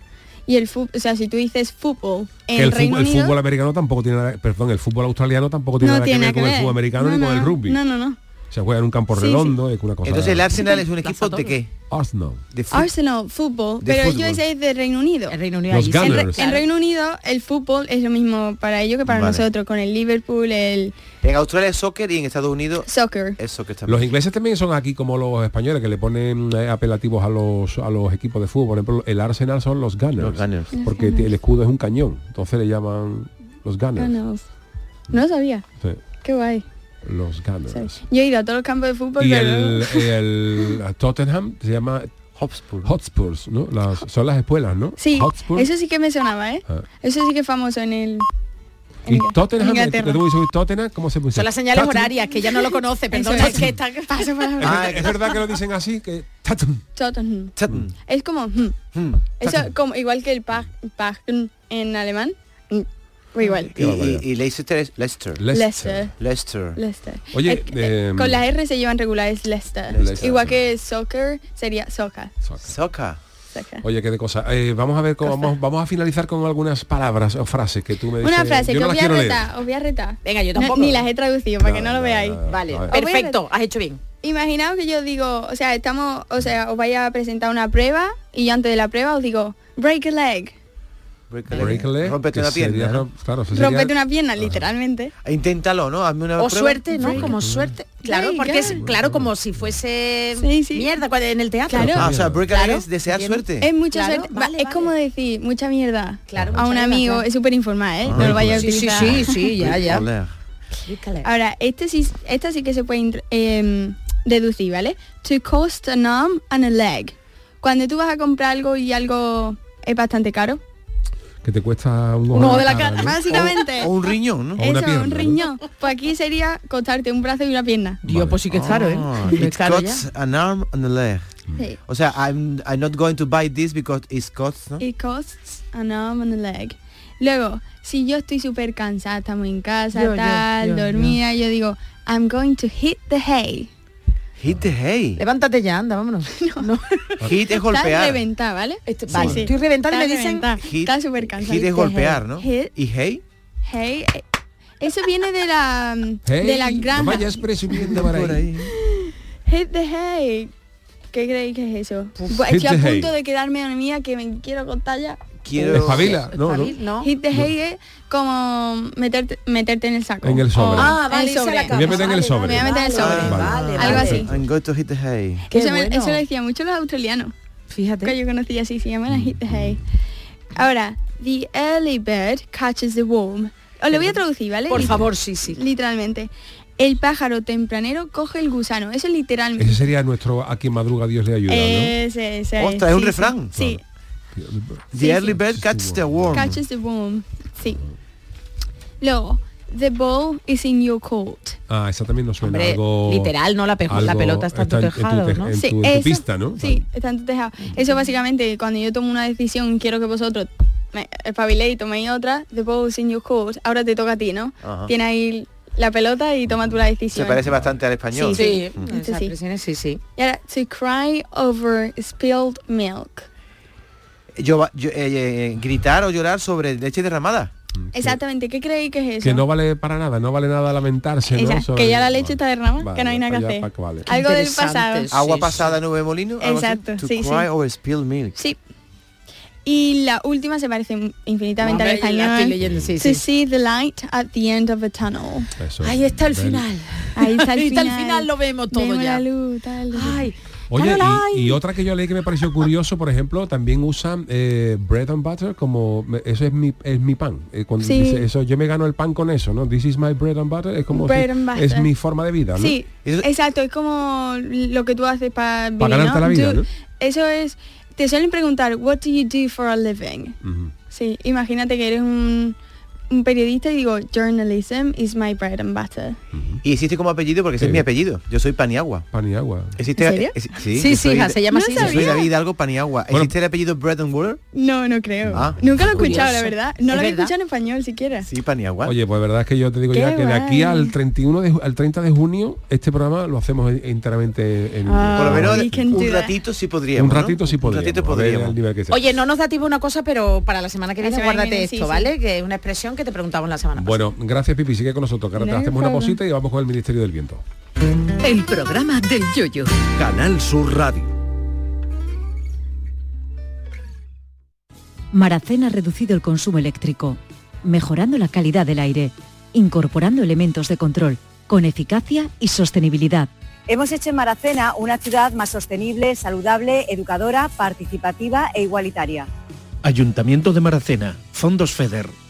Y el fútbol, o sea, si tú dices fútbol en Que el, Reino fútbol, el Unido, fútbol americano tampoco tiene nada, perdón, el fútbol australiano tampoco tiene no nada tiene que ver con el fútbol americano No, ni con no, el rugby. No, no, no. se juega en un campo Sí, sí. redondo, es una cosa. Entonces el Arsenal es un equipo de qué? Arsenal. De Arsenal, fútbol, De pero fútbol. yo sé de Reino Unido. El Reino Unido Los allí sí. en, Re- Gunners. en Reino Unido el fútbol es lo mismo para ellos que para Vale. nosotros, con el Liverpool, el En Australia es soccer y en Estados Unidos soccer. es soccer también. Los ingleses también son aquí como los españoles que le ponen eh, apelativos a los a los equipos de fútbol. Por ejemplo, el Arsenal son los Gunners, Los porque Gunners. el escudo es un cañón, entonces le llaman los Gunners. Gunners. No lo sabía. Sí, Qué guay. los Gunners. Yo he ido a todos los campos de fútbol, Y pero el, el Tottenham se llama Hotspur. Hotspurs, ¿no? Las, son las espuelas, ¿no? sí, Hotspur. eso sí que me sonaba, ¿eh? Ah. Eso sí que es famoso en el Y Tottenham, eh, Inglaterra. te voy a decir, Tottenham, ¿cómo se pronuncia? Son las señales Tottenham. horarias, que ya no lo conoce, perdón, es que está... Es Ah, verdad- es verdad que lo dicen así, que Tottenham. Tottenham. Es como hmm. Hmm. Eso como igual que el Pag Pag en alemán. Hmm. O igual. Y, y- y Leicester es Leicester. Leicester. Leicester. Leicester. Oye, Es que, eh, em, con las R se llevan regulares Leicester. Leicester. Igual que soccer sería soca. Soca. Soca. Oye, qué de cosa. Eh, vamos a ver cómo vamos, vamos a finalizar con algunas palabras o frases que tú me dices. Una frase Yo que no os las voy a quiero leer. retar, os voy a retar. Venga, yo tampoco. ni las he traducido para que no lo veáis. Vale, Os Ah, voy a perfecto, has hecho bien. Imaginaos que yo digo, o sea, estamos, o sea, os vaya a presentar una prueba y yo antes de la prueba os digo, break a leg. Break a leg. Breakle, Rómpete que una pierna, sería ¿no? rom- Claro, eso sería- Rompete una pierna, literalmente. Inténtalo, ¿no? Hazme una O Ah, prueba. suerte, ¿no? Break. Como suerte. Claro, Venga. porque es claro como si fuese mierda cuando- en el teatro. Claro. Ah, o sea, break a leg Claro. es desear suerte. Es mucha Claro, suerte. Va- es como decir mucha mierda a un mierda, amigo. claro. Es súper informal, ¿eh? Ah, no lo vaya a Sí, sí, utilizar. sí, sí, ya, ya. Ahora, este sí, esta sí que se puede int- em, deducir, ¿vale? To cost an arm and a leg. Cuando tú vas a comprar algo y algo es bastante caro. que te cuesta un ojo ¿no? Básicamente. O un riñón, ¿no? O una Eso, pierna, un ¿no? riñón. Pues aquí sería costarte un brazo y una pierna. Dios, pues sí que es caro, ¿eh? Ah, No it es caro ya. costs an arm and a leg. Sí. O sea, I'm, I'm not going to buy this because it costs, ¿no? It costs an arm and a leg. Luego, si yo estoy súper cansada, estamos en casa, Yo, yo, tal, yo, dormida, yo digo, I'm going to hit the hay. Hit the hay. Levántate ya, anda, vámonos. Hit es golpear. Estás reventada, ¿vale? vale. Estoy reventada y Estás me dicen- reventada. Hit- Estás súper cansada. Hit es golpear, ¿no? Hit, Y hey. hay. eh, Eso viene de la mm, Hey, de la no granja. vayas presumiendo por ahí. Hit the hay. ¿Qué creéis que es eso? Buah, Hit Estoy the a hay. punto de quedarme dormida que me quiero contar ya. Quiero- Espabila, no, no. Hit the hay es como meterte, meterte en el saco. En el sobre. Ah, vale, En el esa es la sobre. Me voy a meter en el sobre. Me voy a meter en el sobre. Ah, Algo así. I'm going to hit the hay. Que eso, me- eso lo decían mucho los australianos. Fíjate. Que yo conocía así, se llaman las hit the Mm. hay. Ahora, the early bird catches the worm. Os lo voy a traducir, ¿vale? Por Lit- favor, sí, sí. Literalmente. El pájaro tempranero coge el gusano. Eso es literalmente. Ese sería nuestro a quien madruga Dios le ayuda, Ese, ese, Ostras, es un sí, refrán. Sí, The early bird catches the worm. catches the worm. Sí. Luego, the ball is in your court. ¿no? Ah, esa también nos suena Hombre, algo... literal, ¿no? La pe- la pelota está en tu En tejado, tu, te- ¿no? en Sí, tu- en tu eso- pista, ¿no? Sí, está en tu tejado. Eso básicamente, cuando yo tomo una decisión, quiero que vosotros me espabiléis y toméis otra, the ball is in your court, ahora te toca a ti, ¿no? Ajá. Tiene ahí la pelota y toma tú la Se decisión. parece bastante al español. Sí, sí. Mm. Este sí. sí, sí. Y ahora, to cry over spilled milk. Yo, yo- eh, eh, gritar o llorar sobre leche derramada. Exactamente, ¿qué creéis que es eso? Mm, Que no vale para nada, no vale nada lamentarse, ¿no? Esa- Sobre- que ya la leche está derramada, Vale, que no hay nada que ya hacer. pa' que vale. Algo del pasado. Agua pasada, nube de molino. algo así. Exacto, To sí, cry sí. over spilled milk. Sí. Y la última se parece infinitamente Hombre, al la español. estoy leyendo, sí, to sí. see the light at the end of a tunnel. Eso. Ahí está el final. Ahí está el Ahí está final. el final, lo vemos todo Vemos ya. la luz, tal. Ay, Oye, y, y otra que yo leí que me pareció curioso, por ejemplo, también usan eh, bread and butter como me- eso es mi es mi pan. Eh, cuando Sí. dice eso, yo me gano el pan con eso, ¿no? This is my bread and butter es como Bread si- and butter. es mi forma de vida, ¿no? Sí, Eso- exacto, es como lo que tú haces para vivir, Para ¿no? ganarte la vida, Tú- ¿no? Eso es, te suelen preguntar, what do you do for a living? Ujú. Sí, imagínate que eres un, un periodista y digo, journalism is my bread and butter. Y existe como apellido porque ese es mi apellido. Yo soy Paniagua. Paniagua. Existe, ¿En serio? es- sí, Sí, yo sí, soy- hija, se llama No así. Yo soy sabía. David algo Paniagua. ¿Existe el apellido Bread and Water? No, no creo. Ah, Nunca lo he curioso. escuchado, la verdad. No Es lo había verdad. escuchado en español siquiera. Sí, Paniagua. Oye, pues verdad es que yo te digo Qué ya que de guay. aquí al 31 de ju- al 30 de junio este programa lo hacemos en- enteramente en Ah, Por lo menos we can un do that. ratito sí podríamos. un ¿no? ratito sí podríamos. ratito a ver podríamos. el nivel que sea. Oye, no nos da tiempo una cosa, pero para la semana que La viene semana que guárdate viene, sí, esto, sí. ¿vale? Que es una expresión que te preguntamos la semana Bueno, gracias Pipi, sigue con nosotros, que ahora te No hay hacemos una problema. pausita y vamos con el Ministerio del Viento. El programa del yoyo. Canal Sur Radio. Maracena ha reducido el consumo eléctrico, mejorando la calidad del aire, incorporando elementos de control, con eficacia y sostenibilidad. Hemos hecho en Maracena una ciudad más sostenible, saludable, educadora, participativa e igualitaria. Ayuntamiento de Maracena, Fondos FEDER,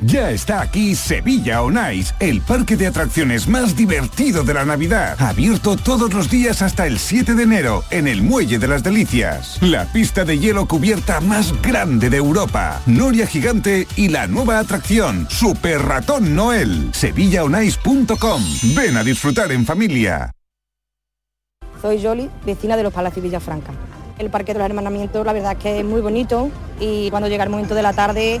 Ya está aquí Sevilla On Ice, el parque de atracciones más divertido de la Navidad. Abierto todos los días hasta el 7 de enero en el Muelle de las Delicias. La pista de hielo cubierta más grande de Europa. Noria Gigante y la nueva atracción, Super Ratón Noel. SevillaOnIce.com. Ven a disfrutar en familia. Soy Yoli, vecina de los Palacios Villafranca. El Parque de los Hermanamientos la verdad es que es muy bonito y cuando llega el momento de la tarde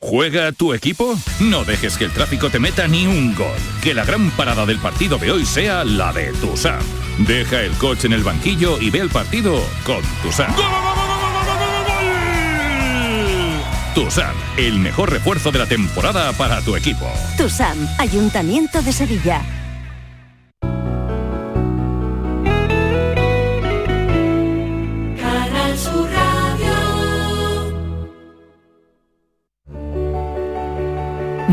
¿Juega tu equipo? No dejes que el tráfico te meta ni un gol. Que la gran parada del partido de hoy sea la de Tusam. Deja el coche en el banquillo y ve el partido con Tusam. Tusam, el mejor refuerzo de la temporada para tu equipo. Tu Sam, Ayuntamiento de Sevilla. Canal Sur Radio.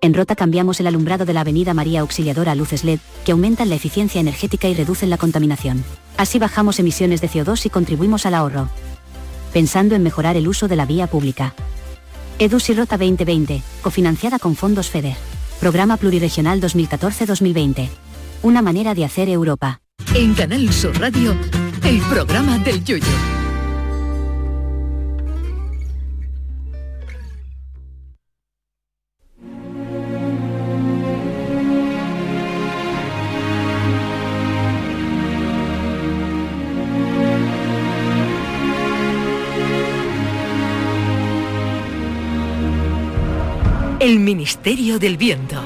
En Rota cambiamos el alumbrado de la Avenida María Auxiliadora a luces LED, que aumentan la eficiencia energética y reducen la contaminación. Así bajamos emisiones de CO2 y contribuimos al ahorro. Pensando en mejorar el uso de la vía pública. EDUS y Rota 2020, cofinanciada con fondos FEDER. Programa Pluriregional 2014-2020. Una manera de hacer Europa. En Canal Sur Radio, el programa del yoyo. El Ministerio del Viento.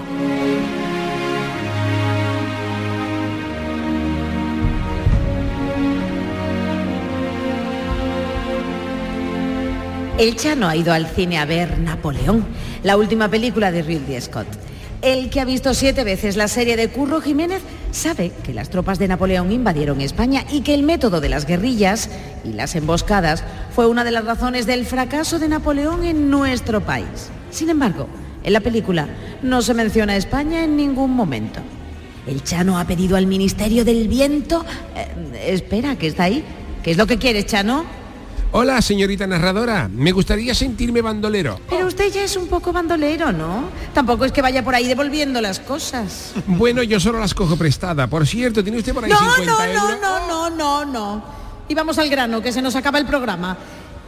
El Chano ha ido al cine a ver Napoleón, la última película de Ridley Scott. El que ha visto siete veces la serie de Curro Jiménez sabe que las tropas de Napoleón invadieron España y que el método de las guerrillas y las emboscadas fue una de las razones del fracaso de Napoleón en nuestro país. Sin embargo, en la película no se menciona a España en ningún momento. El Chano ha pedido al Ministerio del Viento... eh, espera, que está ahí. ¿Qué es lo que quieres, Chano? Hola, señorita narradora. Me gustaría sentirme bandolero. Pero usted ya es un poco bandolero, ¿no? Tampoco es que vaya por ahí devolviendo las cosas. Bueno, yo solo las cojo prestada. Por cierto, tiene usted por ahí No, no, 50 euros. no, no, no, no, no. Y vamos al grano, que se nos acaba el programa.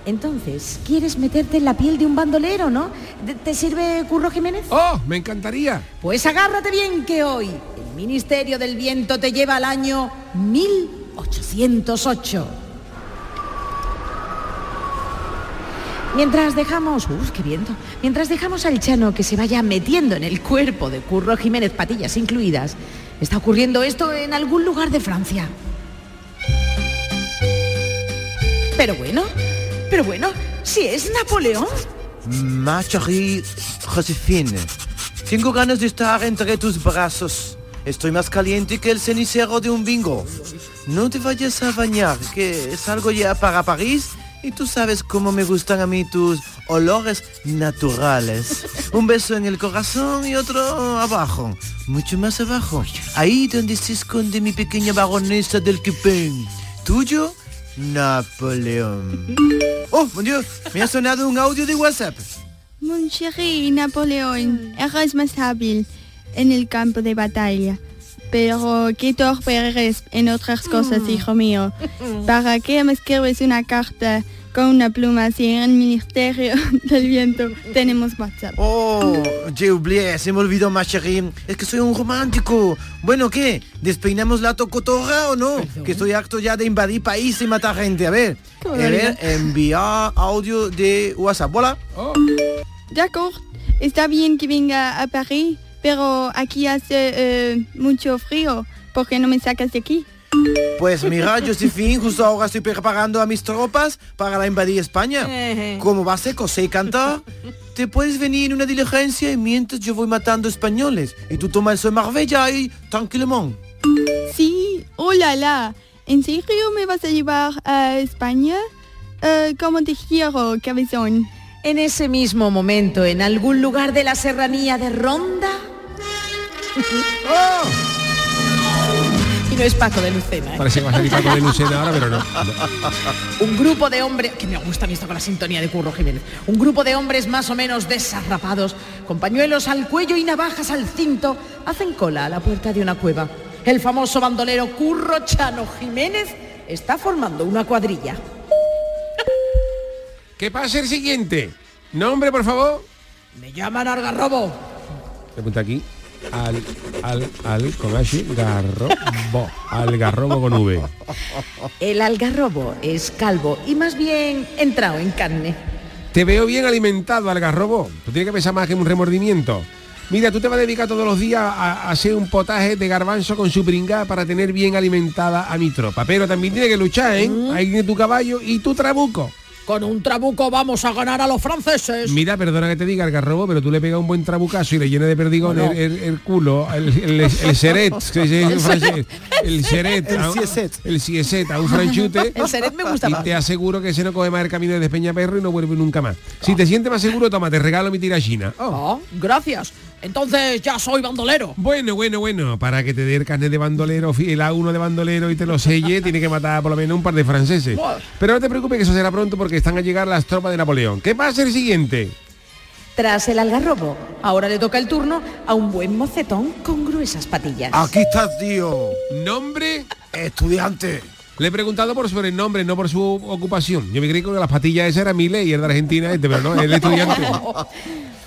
Entonces, ¿quieres meterte en la piel de un bandolero, no? ¿Te- ¿Te sirve Curro Jiménez? ¡Oh! Me encantaría. Pues agárrate bien que hoy el Ministerio del Viento te lleva al año 1808. Mientras dejamos, ¡Uf, qué viento! Mientras dejamos al Chano que se vaya metiendo en el cuerpo de Curro Jiménez, patillas incluidas, está ocurriendo esto en algún lugar de Francia. Pero bueno, pero bueno, si es Napoleón. Ma chérie Josephine, tengo ganas de estar entre tus brazos. Estoy más caliente que el cenicero de un bingo. No te vayas a bañar, que salgo ya para París y tú sabes cómo me gustan a mí tus olores naturales. Un beso en el corazón y otro abajo, mucho más abajo. Ahí donde se esconde mi pequeña baronesa del Quipén. Tuyo, Napoleón. Oh, mon Dieu, me ha sonado un audio de WhatsApp. Mon chéri Napoleón, eres más hábil en el campo de batalla. Pero qué torpe eres en otras cosas, hijo mío. ¿Para qué me escribes una carta con una pluma si en el Ministerio del Viento tenemos WhatsApp? Oh, j'ai oublié, se me olvidó, ma chérie. Es que soy un romántico. Bueno, ¿qué? ¿Despeinamos la tocotorra o no? Que estoy harto ya de invadir país y matar gente. A ver, Qué a ver, barbaridad. Oh. enviar audio de WhatsApp. Hola. De acuerdo, está bien que venga a París, pero aquí hace eh, mucho frío. ¿Por qué no me sacas de aquí? Pues mira, Josephine, justo ahora estoy preparando a mis tropas para la invadir España. Como va seco, sé cantar. Te puedes venir en una diligencia y mientras yo voy matando españoles. Y tú tomas eso en Marbella y tranquilamente. Sí, hola la. ¿En serio me vas a llevar a España? Eh, ¿Cómo te quiero, cabezón? En ese mismo momento, en algún lugar de la serranía de Ronda. ¡Oh! Y no es Paco de Lucena. ¿eh? Parece que va a salir Paco de Lucena ahora, pero no. Un grupo de hombres, que me gusta a mí esto con la sintonía de Curro Jiménez, un grupo de hombres más o menos desarrapados, con pañuelos al cuello y navajas al cinto, hacen cola a la puerta de una cueva. El famoso bandolero Curro Chano Jiménez está formando una cuadrilla. ¿Qué pasa el siguiente? Nombre, por favor. Me llaman Argarrobo. Le apunta aquí. Al, al, al, con H, garrobo. Al garrobo con V. El algarrobo es calvo y más bien entrado en carne. Te veo bien alimentado, algarrobo. Tú tienes que pensar más que un remordimiento. Mira, tú te vas a dedicar todos los días a a hacer un potaje de garbanzo con su pringada para tener bien alimentada a mi tropa. Pero también tiene que luchar, ¿eh? Ahí tiene tu caballo y tu trabuco. Mm. Con un trabuco vamos a ganar a los franceses. Mira, perdona que te diga, algarrobo, pero tú le pegas un buen trabucazo y le llenas de perdigón el, el- el culo, el, el, el seret, que se dice en francés. el seret, El a un- sieset. el sieset, a un franchute. El seret me gusta y más. te aseguro que ese no coge más el camino de Despeñaperro y no vuelve nunca más. Si te sientes más seguro, toma, te regalo mi tirachina. Oh, gracias. Entonces ya soy bandolero. Bueno, bueno, bueno, para que te dé el carnet de bandolero, fi- el A1 de bandolero y te lo selle, tiene que matar por lo menos un par de franceses. Buah. Pero no te preocupes que eso será pronto porque están a llegar las tropas de Napoleón. ¿Qué pasa el siguiente? Tras el algarrobo, ahora le toca el turno a un buen mocetón con gruesas patillas. Ah, Aquí estás, tío. ¿Nombre? Estudiante. Le he preguntado por su nombre, no por su ocupación. Yo me creí que las patillas esa era mi ley, el de Argentina este, pero no, el estudiante.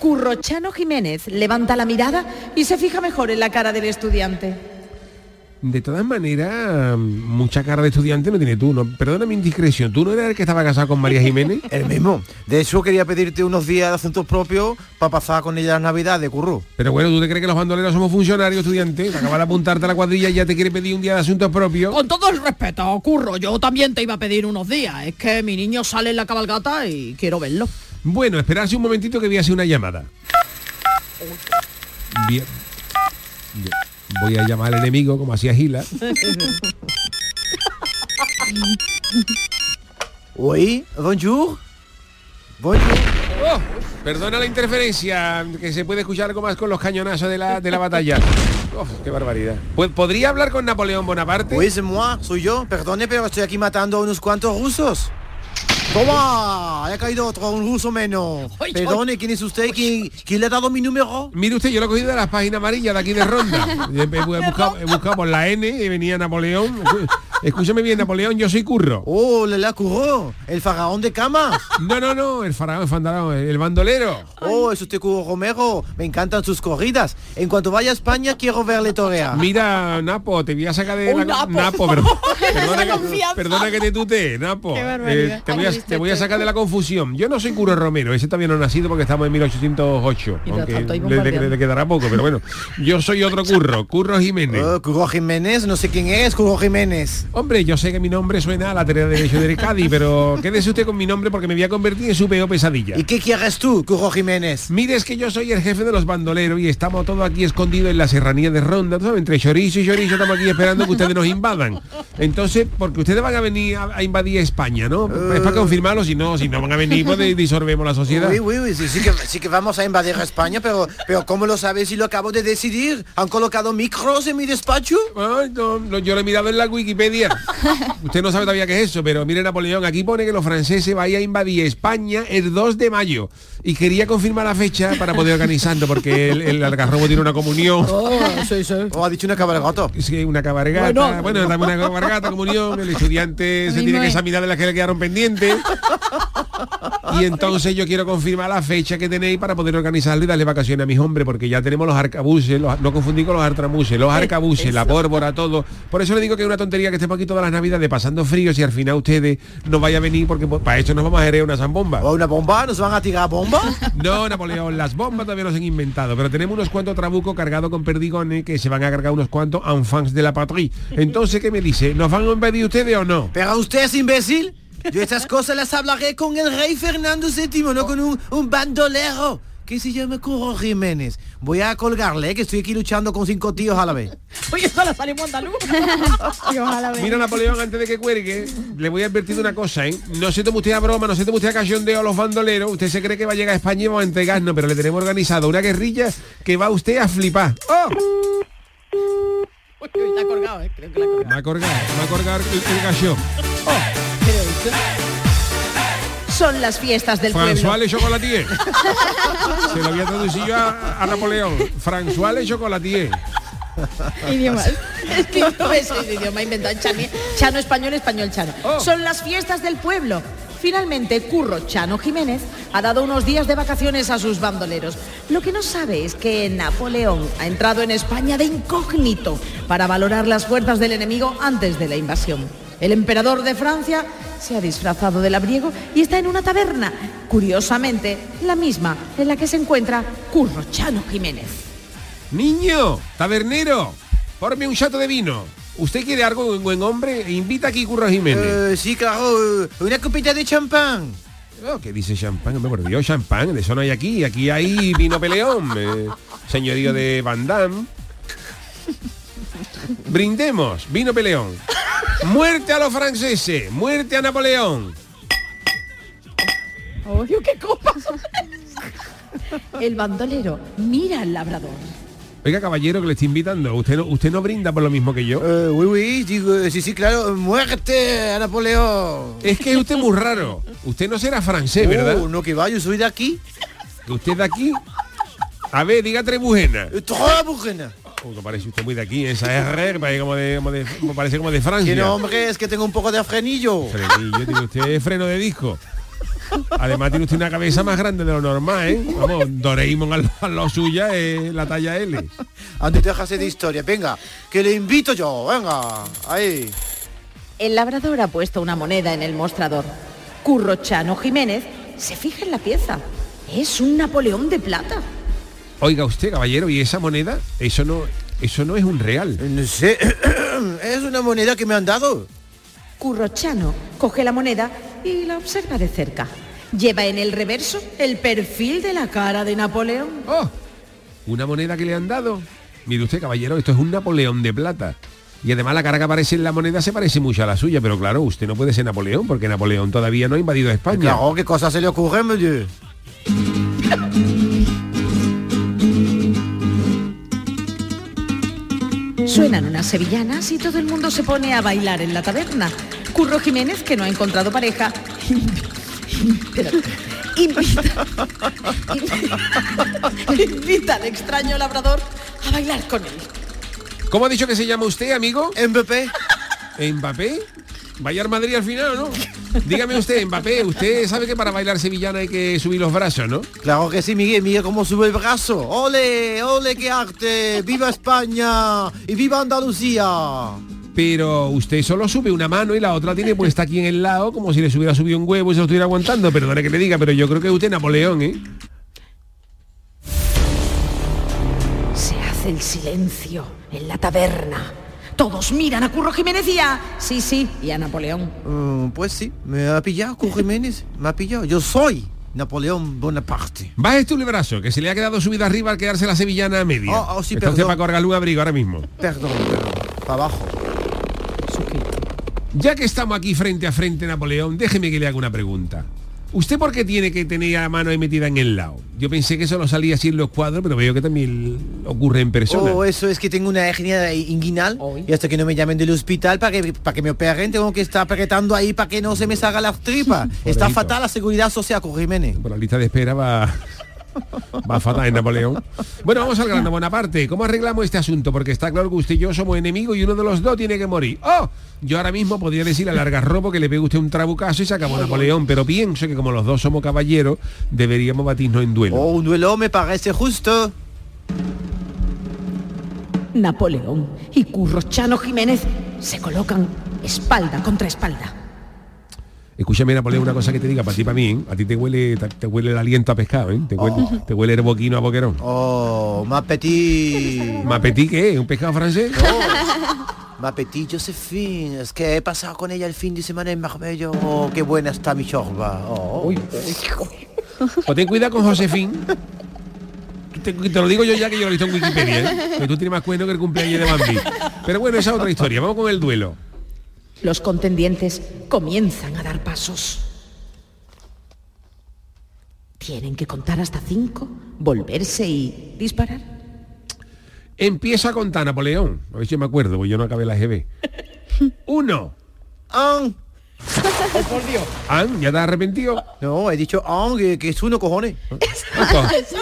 Currochano Jiménez levanta la mirada y se fija mejor en la cara del estudiante. De todas maneras, mucha cara de estudiante no tiene tú. No, perdona mi indiscreción, ¿tú no eras el que estaba casado con María Jiménez? El mismo. De hecho, quería pedirte unos días de asuntos propios para pasar con ella las navidades, curro. Pero bueno, ¿tú te crees que los bandoleros somos funcionarios, estudiantes? Te acabas de apuntarte a la cuadrilla y ya te quiere pedir un día de asuntos propios. Con todo el respeto, Curro, yo también te iba a pedir unos días. Es que mi niño sale en la cabalgata y quiero verlo. Bueno, esperarse un momentito que voy a hacer una llamada. Bien. Bien. Voy a llamar al enemigo, como hacía Gila. Oui, bonjour. Bonjour. Oh, perdona la interferencia, que se puede escuchar algo más con los cañonazos de la, de la batalla. Uf, qué barbaridad. Pues, ¿Podría hablar con Napoleón Bonaparte? Oui, c'est Pues, moi, soy yo. Perdone, pero estoy aquí matando a unos cuantos rusos. ¡Toma! Ha caído otro, un ruso menos. Ay, Perdone, ¿quién es usted? ¿Quién, quién le ha dado mi número? Mire usted, yo lo he cogido de las páginas amarillas de aquí de Ronda. He, he- he buscado, he buscado por la N y venía Napoleón. Escúchame bien, Napoleón, yo soy curro. ¡Oh, le la curró! ¡El faraón de cama! No, no, no, el faraón fandarao, el bandolero. ¡Oh, es usted curro Romero! Me encantan sus corridas. En cuanto vaya a España, quiero verle torear. Mira, Napo, te voy a sacar de Oh, la Napo. perdón. Esa perdona, que, confianza. perdona que te tutee, Napo. Eh, Qué barbaridad. te, voy a, Ay, te voy a sacar de la confusión. Yo no soy Curro Romero, ese también no ha nacido porque estamos en 1808. Y lo aunque tanto ahí le, le- le quedará poco, pero bueno. Yo soy otro Curro, Curro Jiménez. Oh, curro Jiménez, no sé quién es, Curro Jiménez. Hombre, yo sé que mi nombre suena a la tarea de derecho de Cádiz, pero quédese usted con mi nombre porque me voy a convertir en su peor pesadilla. ¿Y qué quieres tú, Curro Jiménez? Mire, es que yo soy el jefe de los bandoleros y estamos todos aquí escondidos en la serranía de Ronda, ¿tú sabes? entre chorizo y chorizo estamos aquí esperando que ustedes nos invadan. Entonces, porque ustedes van a venir a, a invadir España, ¿no? Es para confirmarlo, si no, si no van a venir, pues di- disolvemos la sociedad. Ah. Uy, uy, uy, sí, sí que, sí que vamos a invadir España, pero, pero ¿cómo lo sabes si lo acabo de decidir? ¿Han colocado micros en mi despacho? Ay, no, no, yo lo he mirado en la Wikipedia. Usted no sabe todavía qué es eso, pero mire Napoleón, aquí pone que los franceses vayan a invadir España el 2 de mayo. Y quería confirmar la fecha para poder organizarlo, porque el, el algarrobo tiene una comunión. Oh, ha dicho una cabalgata. Sí, una cabalgata. Bueno, Bueno. también una cabalgata, comunión. El estudiante se mismo tiene que es. examinar de las que le quedaron pendientes. Y entonces yo quiero confirmar la fecha que tenéis para poder organizarle y darle vacaciones a mis hombres, porque ya tenemos los arcabuces, los- no confundir con los artramuses, Eh, los arcabuces, la pólvora, todo. Por eso le digo que es una tontería que estemos aquí todas las navidades pasando frío si al final ustedes no vayan a venir, porque pues, para eso nos vamos a heredar una zambomba. ¿O una bomba? ¿Nos van a tirar bomba? No, Napoleón, las bombas todavía no se han inventado, pero tenemos unos cuantos trabucos cargados con perdigones que se van a cargar unos cuantos enfants de la patria. Entonces, ¿qué me dice? ¿Nos van a invadir ustedes o no? Pero usted es imbécil. Yo estas cosas las hablaré con el rey Fernando VII, no con un, un bandolero que se llama Curro Jiménez. Voy a colgarle, eh, que estoy aquí luchando con cinco tíos a la vez. Oye, solo salimos andaluz. Y ojalá Mira, Napoleón, antes de que cuelgue, le voy a advertir de una cosa, ¿eh? No se tome usted a broma, no se tome usted a cachondeo a los bandoleros. Usted se cree que va a llegar a España y vamos a entregarnos, pero le tenemos organizado una guerrilla que va usted a flipar. ¡Oh! Uy, uy, está colgado, eh, creo que la ha colgado. Va a colgar, va a colgar el, el gallo. Son las fiestas del François pueblo. Le Chocolatier. Se lo voy a traducir yo a, a Napoleón. François Le Chocolatier. Idiomas. Es que no es el idioma inventado chano, chano español, español chano. Son las fiestas del pueblo. Finalmente, Curro Chano Jiménez ha dado unos días de vacaciones a sus bandoleros. Lo que no sabe es que Napoleón ha entrado en España de incógnito para valorar las fuerzas del enemigo antes de la invasión. El emperador de Francia se ha disfrazado del labriego y está en una taberna, curiosamente la misma en la que se encuentra Curro Chano Jiménez. Niño, tabernero, porme un chato de vino. ¿Usted quiere algo, un buen hombre? Invita aquí Curro Jiménez. Eh, sí, claro, eh, una copita de champán. Oh, que dice champán, hombre, por Dios, champán, de eso no hay aquí. Aquí hay vino peleón, eh, señorío de Van Damme. Brindemos, vino peleón. Muerte a los franceses, muerte a Napoleón. Odio, qué copa. El bandolero mira al labrador. Oiga, caballero, que le estoy invitando. Usted no, usted no brinda por lo mismo que yo. uy, uy, Eh, digo, sí, sí, claro, muerte a Napoleón. Es que usted es muy raro. Usted no será francés, ¿verdad? Oh, no, que va, yo soy de aquí. Que usted de aquí. A ver, diga Trebujena. Tres bujenas. Porque parece usted muy de aquí, esa R, parece como de, como de- como parece como de Francia. Que no, hombre, es que tengo un poco de afrenillo. Frenillo, tiene usted freno de disco. Además tiene usted una cabeza más grande de lo normal, ¿eh? Vamos, Doraemon al, a lo suya es la talla L. Antes déjase de historia, venga, que le invito yo, venga, ahí. El labrador ha puesto una moneda en el mostrador. Curro Chano Jiménez se fija en la pieza. Es un Napoleón de plata. Oiga usted, caballero, ¿y esa moneda? Eso no, eso no es un real. No sé. Es una moneda que me han dado. Curro Chano coge la moneda y la observa de cerca. Lleva en el reverso el perfil de la cara de Napoleón. Una moneda que le han dado. Mire usted, caballero, esto es un Napoleón de plata. Y además la cara que aparece en la moneda se parece mucho a la suya, pero claro, usted no puede ser Napoleón, porque Napoleón todavía no ha invadido España. Claro, ¿qué cosa se le ocurre, monsieur? Suenan unas sevillanas y todo el mundo se pone a bailar en la taberna. Curro Jiménez, que no ha encontrado pareja, pero- invita, invita al extraño labrador a bailar con él. ¿Cómo ha dicho que se llama usted, amigo? Mbappé. ¿Mbappé? Vaya al Madrid al final, ¿no? Dígame usted, Mbappé, usted sabe que para bailar sevillana hay que subir los brazos, ¿no? Claro que sí, Miguel, mira cómo sube el brazo. ¡Ole, ole, qué arte! ¡Viva España! ¡Y viva Andalucía! Pero usted solo sube una mano y la otra tiene puesta aquí en el lado como si le hubiera subido un huevo y se lo estuviera aguantando. Perdone que le diga, pero yo creo que es usted Napoleón, ¿eh? Se hace el silencio en la taberna. Todos miran a Curro Jiménez y a... Sí, sí, y a Napoleón. Mm, pues sí, me ha pillado con Jiménez, me ha pillado. Yo soy Napoleón Bonaparte. Baje tú el brazo, que se le ha quedado subida arriba al quedarse la sevillana a media. Oh, oh, sí, Entonces perdón. para colgar un abrigo ahora mismo. Perdón, perdón. Para abajo. Ya que estamos aquí frente a frente, Napoleón, déjeme que le haga una pregunta. ¿Usted por qué tiene que tener la mano ahí metida en el lado? Yo pensé que eso no salía así en los cuadros, pero veo que también ocurre en persona. Oh, eso es que tengo una hernia inguinal y hasta que no me llamen del hospital para que, para que me operen tengo que estar apretando ahí para que no se me salga la tripa. Está Pobrecito. fatal la seguridad social con Jiménez. Por la lista de espera va, va fatal en Napoleón. Bueno, vamos al grano, Bonaparte. ¿Cómo arreglamos este asunto? Porque está claro que usted y yo somos enemigos y uno de los dos tiene que morir. ¡Oh! Yo ahora mismo podría decir a Largarrobo que le pegue usted un trabucazo y se acabó Napoleón, pero pienso que como los dos somos caballeros, deberíamos batirnos en duelo. Oh, un duelo me parece justo. Napoleón y Currochano Jiménez se colocan espalda contra espalda. Escúchame, Napoleón, una cosa que te diga para ti, para mí, ¿eh? a ti te huele, te, te huele el aliento a pescado, ¿eh? te, huele, te huele el boquino a boquerón. Oh, más petit. ¿Más petit qué? ¿eh? ¿Un pescado francés? Ma petit Josephine, es que he pasado con ella el fin de semana en Marbella. Oh, qué buena está mi chorba. Oh. O Ah, Pues ten cuidado con Josefín. Te, te lo digo yo ya que yo lo he visto en Wikipedia, ¿eh? que tú tienes más cuento que el cumpleaños de Bambi. Pero bueno, esa es otra historia. Vamos con el duelo. Los contendientes comienzan a dar pasos. Tienen que contar hasta cinco, volverse y disparar. Empieza a contar Napoleón. A ver si me acuerdo, porque yo no acabé la GB. Uno. Oh, por Dios. An, ¿ya te has arrepentido? No, he dicho ah, que, que es uno cojones. Co-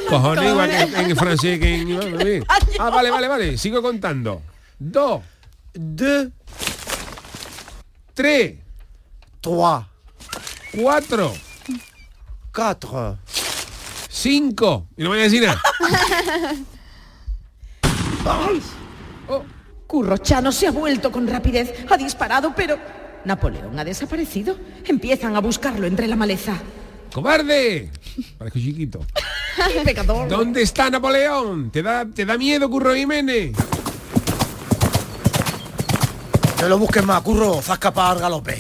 cojones, igual que en, en francés que en... eh. Ah, vale, vale, vale. Sigo contando. Dos. Deux. Tres. Trois. Cuatro. Cuatro. Cinco. Y no me voy a decir nada. Oh, Currochano se ha vuelto con rapidez, ha disparado, pero Napoleón ha desaparecido. Empiezan a buscarlo entre la maleza. ¡Cobarde! Parezco chiquito. ¡Qué pecador! ¿Dónde está Napoleón? ¿Te da, te da miedo, Curro Jiménez? No lo busques más, curro. Se ha escapado al galope.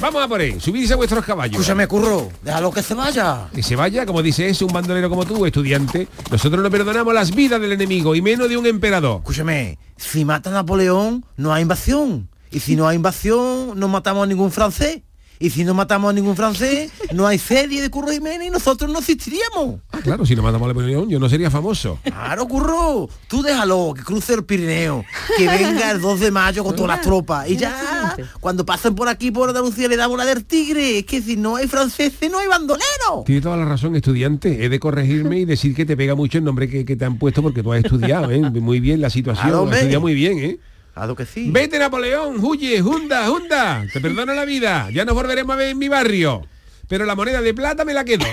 Vamos a por él. Subidse a vuestros caballos. Escúchame, curro. Déjalo que se vaya. Que se vaya, como dice ese, un bandolero como tú, estudiante. Nosotros no perdonamos las vidas del enemigo y menos de un emperador. Escúchame, si mata a Napoleón, no hay invasión. Y si no hay invasión, no matamos a ningún francés. Y si no matamos a ningún francés, no hay serie de Curro Jiménez y nosotros no existiríamos. Ah, claro, si no matamos a Napoleón, yo no sería famoso. Claro, Curro, tú déjalo, que cruce el Pirineo, que venga el 2 de mayo con todas las tropas. Y ya, cuando pasen por aquí, por Andalucía, le damos la del tigre. Es que si no hay franceses, no hay bandolero. Tiene toda la razón, estudiante. He de corregirme y decir que te pega mucho el nombre que, que te han puesto porque tú has estudiado, ¿eh? Muy bien la situación. Claro, Has hombre. estudiado muy bien, ¿eh? Claro que sí. Vete, Napoleón, huye, junda, junda. Te perdono la vida. Ya nos volveremos a ver en mi barrio. Pero la moneda de plata me la quedo.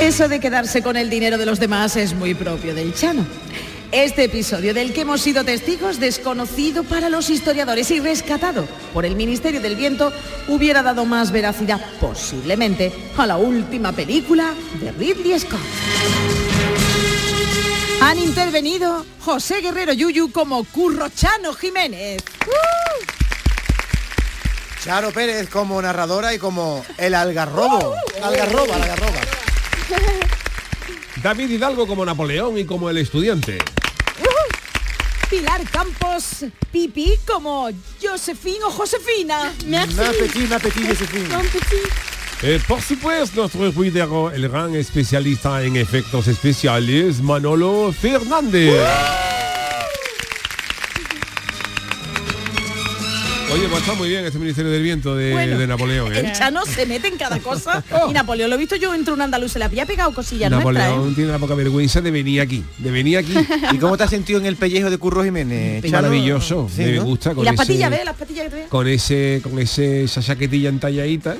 Eso de quedarse con el dinero de los demás es muy propio del Chano. Este episodio del que hemos sido testigos, desconocido para los historiadores y rescatado por el Ministerio del Viento, hubiera dado más veracidad posiblemente a la última película de Ridley Scott. Han intervenido José Guerrero Yuyu como Curro Chano Jiménez. Charo Pérez como narradora y como el algarrobo. Algarroba, algarroba. David Hidalgo como Napoleón y como el estudiante. Pilar Campos Pipi como Josefina o Josefina. Más petit, más petit, Josefina. Eh, por supuesto, nuestro ruidero, el gran especialista en efectos especiales, Manolo Fernández. Oye, pues está muy bien este Ministerio del Viento de, Bueno, de Napoleón. ¿eh? Oh. El Chano se mete en cada cosa. Y Napoleón, lo he visto yo entre un andaluz, se le había pegado cosillas nuestras. Napoleón tiene la poca vergüenza de venir aquí, de venir aquí. ¿Y cómo te has sentido en el pellejo de Curro Jiménez? Charo? Maravilloso, Sí, me ¿no? gusta con Y las ese- patillas, ¿ves? Las patillas que te con ese, con ese esa chaquetilla entalladita.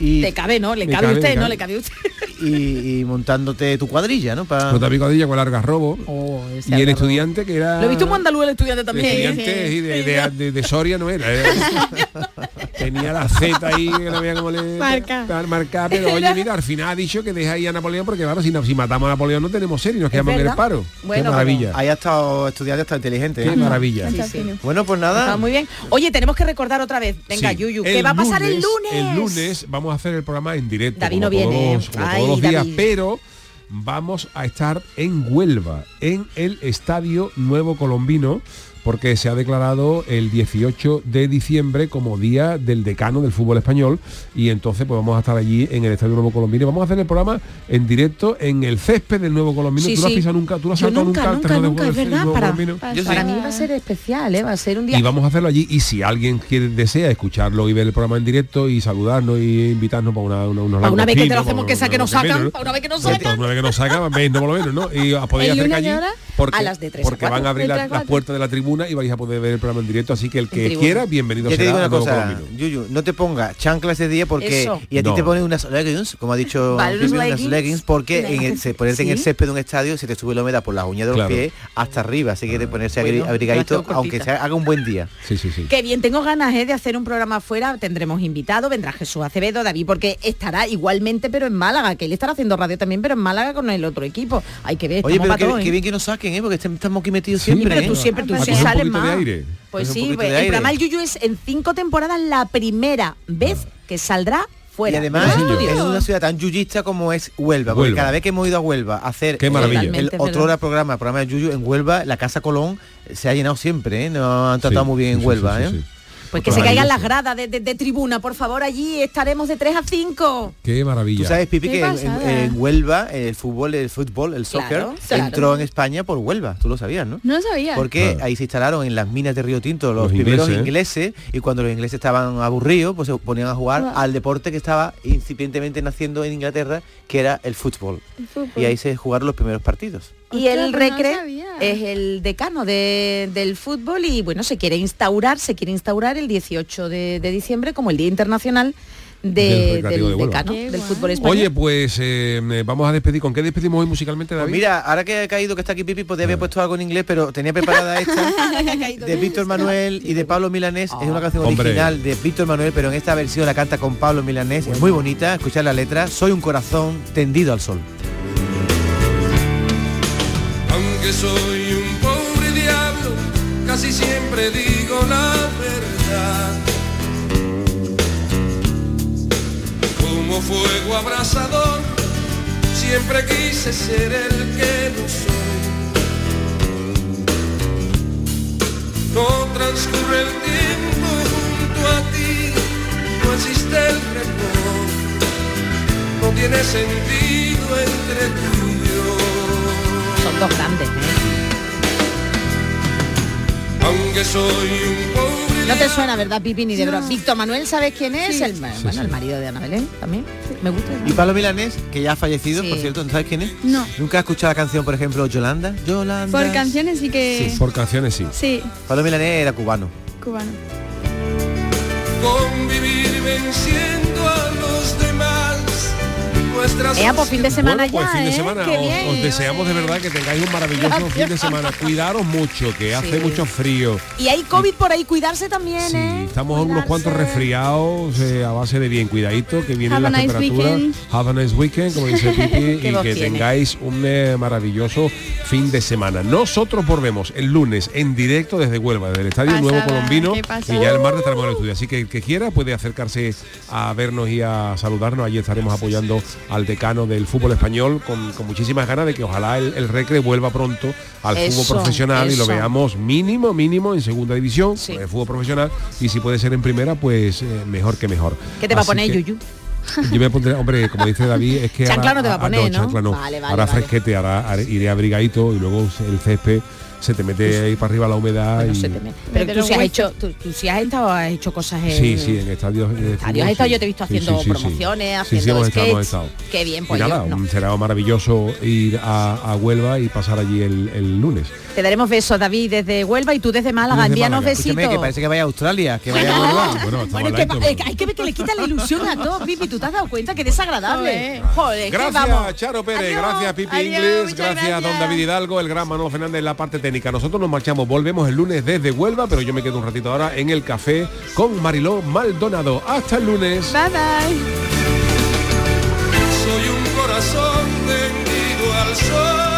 Y Te cabe, ¿no? Le me cabe, cabe, usted, me ¿no? cabe. Le cabe usted. Y, y montándote tu cuadrilla, ¿no? Para Montar mi cuadrilla con largas robo. ese y el Algarrobo. estudiante que era. Lo he visto en andaluz el estudiante de también. estudiante y de, de- de- de Soria no era. era- tenía la Z ahí, que no veía cómo le Marca. tal, marcada, pero oye, mira, al final ha dicho que deja ahí a Napoleón porque claro, si, no- si matamos a Napoleón no tenemos serie, nos quedamos en el verdad. paro. Bueno, Qué maravilla. Ahí ha estado estudiante, está inteligente. ¿eh? Qué maravilla. Sí, sí. Bueno, pues Está nada. muy bien. Oye, tenemos que recordar otra vez. Venga, Sí. Yuyu, El ¿qué va a pasar el lunes? El lunes vamos a hacer el programa en directo. David como no viene, todos- ¿eh? como Ay, todos los días, David. pero vamos a estar en Huelva, en el Estadio Nuevo Colombino, porque se ha declarado el 18 de diciembre como día del decano del fútbol español y entonces pues vamos a estar allí en el Estadio Nuevo Colombino. Vamos a hacer el programa en directo en el césped del Nuevo Colombino. Sí, tú no has sí. pisado nunca, tú no has Yo saltado nunca, nunca, al nunca, terreno de nunca, juego es del verdad, Nuevo para, Colombino. para- Yo sí. para mí va a ser especial, ¿eh? va a ser un día... Y vamos a hacerlo allí. Y si alguien quiere, desea escucharlo y ver el programa en directo y saludarnos y invitarnos para una, una, unos Para una vez que te lo langostinos, hacemos que para una- saque una- nos sacan, menos, para una vez que nos ¿no? Para sacan. Una vez que nos sacan, veis, no por lo menos, ¿no? Y os podéis ¿El acercar lunes allí a qué hora? porque, A las de tres a porque van cuatro, a abrir de la- tres a las cuatro. puertas de la tribuna y vais a poder ver el programa en directo. Así que el que tribuna. quiera, bienvenido Yo te digo una será al nuevo cosa, Colombino. Yuyu, no te pongas chancla ese día porque Eso. y a ti No. te pones unas leggings, como ha dicho Vale, Pipi, unos unas leggings. leggings, porque en el, se- ponerte en el Sí. césped de un estadio se te sube la humedad por las uñas de los Claro. pies hasta arriba, así que de ponerse Bueno, agri- abrigadito, demasiado aunque cortita. sea, haga un buen día. Sí, sí, sí. Qué bien, tengo ganas eh, de hacer un programa afuera, tendremos invitado, vendrá Jesús Acevedo, David, porque estará igualmente, pero en Málaga, que él estará haciendo radio también, pero en Málaga con el otro equipo. Hay que ver, Oye, estamos pero para qué, todo, ¿eh? qué bien que nos saquen, ¿eh? porque este- estamos aquí metidos Sí, Ah, siempre. pero tú ¿eh? siempre, tú sí sales más. Pues Coge un sí, poquito pues, de el aire. programa El Yuyu es en cinco temporadas la primera vez que saldrá fuera. Ah. Y además del estudio. es una ciudad tan yuyista como es Huelva, porque Huelva. cada vez que hemos ido a Huelva a hacer Qué maravilla. el- el Totalmente, otro ¿verdad? hora programa, el programa de Yuyu en Huelva, la Casa Colón eh, se ha llenado siempre, ¿eh? nos han tratado Sí, muy bien sí, en Huelva. sí, sí, ¿eh? sí. Pues que se Maravilloso. caigan las gradas de, de- de tribuna, por favor, allí estaremos de 3 a 5. Qué maravilla. Tú sabes, Pipi, Qué que en, en- pasada. en Huelva el fútbol, el fútbol, el soccer, Claro, claro. entró en España por Huelva, tú lo sabías, ¿no? No lo sabía. Porque ahí se instalaron en las minas de Río Tinto los, Los primeros ingleses, ingleses y cuando los ingleses estaban aburridos, pues se ponían a jugar Ah. Guau. al deporte que estaba incipientemente naciendo en Inglaterra, que era el fútbol. Y ahí se jugaron los primeros partidos. Y el pues no Recre es el decano de- del fútbol y bueno, se quiere instaurar, se quiere instaurar el 18 de, de diciembre como el Día Internacional de- Del del, recreativo de Huelva. decano del fútbol español. Oye, pues eh, eh, vamos a despedir. ¿Con qué despedimos hoy musicalmente, David? Pues mira, ahora que ha caído que está aquí Pipi, podría haber puesto algo en inglés, pero tenía preparada esta de Víctor Manuel y de Pablo Milanés. Es una canción Hombre. original de Víctor Manuel, pero en esta versión la canta con Pablo Milanés. Es muy bonita, escuchar la letra. Soy un corazón tendido al sol. Aunque soy un pobre diablo, casi siempre digo la verdad. Como fuego abrasador, siempre quise ser el que no soy. No transcurre el tiempo junto a ti, no existe el reloj, no tiene sentido entre tú y yo. Son dos grandes. ¿eh? Aunque soy un pobre No te suena, ¿verdad, Pipi, ni de broma? Víctor Manuel, ¿sabes quién es? El, bueno, el marido de Ana Belén también. Me gusta. Y Pablo Milanés, que ya ha fallecido, Sí. por cierto, ¿no sabes quién es? No. ¿Nunca has escuchado la canción, por ejemplo, Yolanda? Yolanda. Por canciones sí que... Por canciones sí. Sí, Pablo Milanés era cubano. cubano. convivir venciendo a los demás. Nuestras Ea, pues fin de semana Bueno, pues ya, fin de ¿eh? semana. Qué Os, bien. os deseamos de verdad que tengáis un maravilloso Gracias. fin de semana. Cuidaros mucho, que hace Sí. mucho frío. Y hay COVID por ahí, cuidarse también, ¿eh? Estamos a unos cuantos resfriados eh, a base de bien, cuidadito, que vienen Have a las nice temperaturas. weekend. Have a nice weekend, como dice Qué Pipi, y voz que tiene. tengáis un eh, maravilloso fin de semana. Nosotros volvemos el lunes en directo desde Huelva, desde el Estadio Pasada, Nuevo Colombino, qué pasada. y ya el martes estaremos en el estudio. Así que el que quiera puede acercarse a vernos y a saludarnos. Allí estaremos apoyando al decano del fútbol español con, con muchísimas ganas de que ojalá el, el Recre vuelva pronto al Eso, fútbol profesional y lo eso. veamos vamos, mínimo, mínimo en segunda división, en el fútbol profesional, y si puede ser en primera, pues eh, mejor que mejor. ¿Qué te va a Así poner, que Yuyu? Yo me pondré, hombre, como dice David, es que... Chancla no te va a ah, poner, ¿no? chancla Vale, vale, ahora vale. fresquete, ahora haré- iré abrigadito y luego el césped se te mete ahí para arriba la humedad Bueno, y... se te me- Pero tú sí, has hecho, tú, tú sí has estado, has hecho cosas en... Sí, sí, en estadios. de estadios has fútbol, estado, sí. yo te he visto Sí, sí, haciendo sí, sí. promociones, Sí, sí, haciendo hemos estado, hemos skates. estado. Qué bien, Y pues yo nada, no. un- será maravilloso ir a, a Huelva y pasar allí el, el lunes. Te daremos besos, David, desde Huelva y tú desde Málaga. Desde Envíanos Málaga. besitos. Escúchame, que parece que vaya a Australia, que vaya a Huelva. Bueno, estaba Bueno, al que lado, pa- eh, hay que ver que le quita la ilusión a todos, Pipi. ¿Tú te has dado cuenta? Qué desagradable. Joder, que Gracias, vamos. Charo Pérez, Adiós. gracias, Pipi Adiós, Inglis, muchas gracias, don David Hidalgo, el gran Manolo Fernández en la parte técnica. Nosotros nos marchamos, volvemos el lunes desde Huelva, pero yo me quedo un ratito ahora en el café con Mariló Maldonado. Hasta el lunes. Bye bye. Soy un corazón tendido al sol.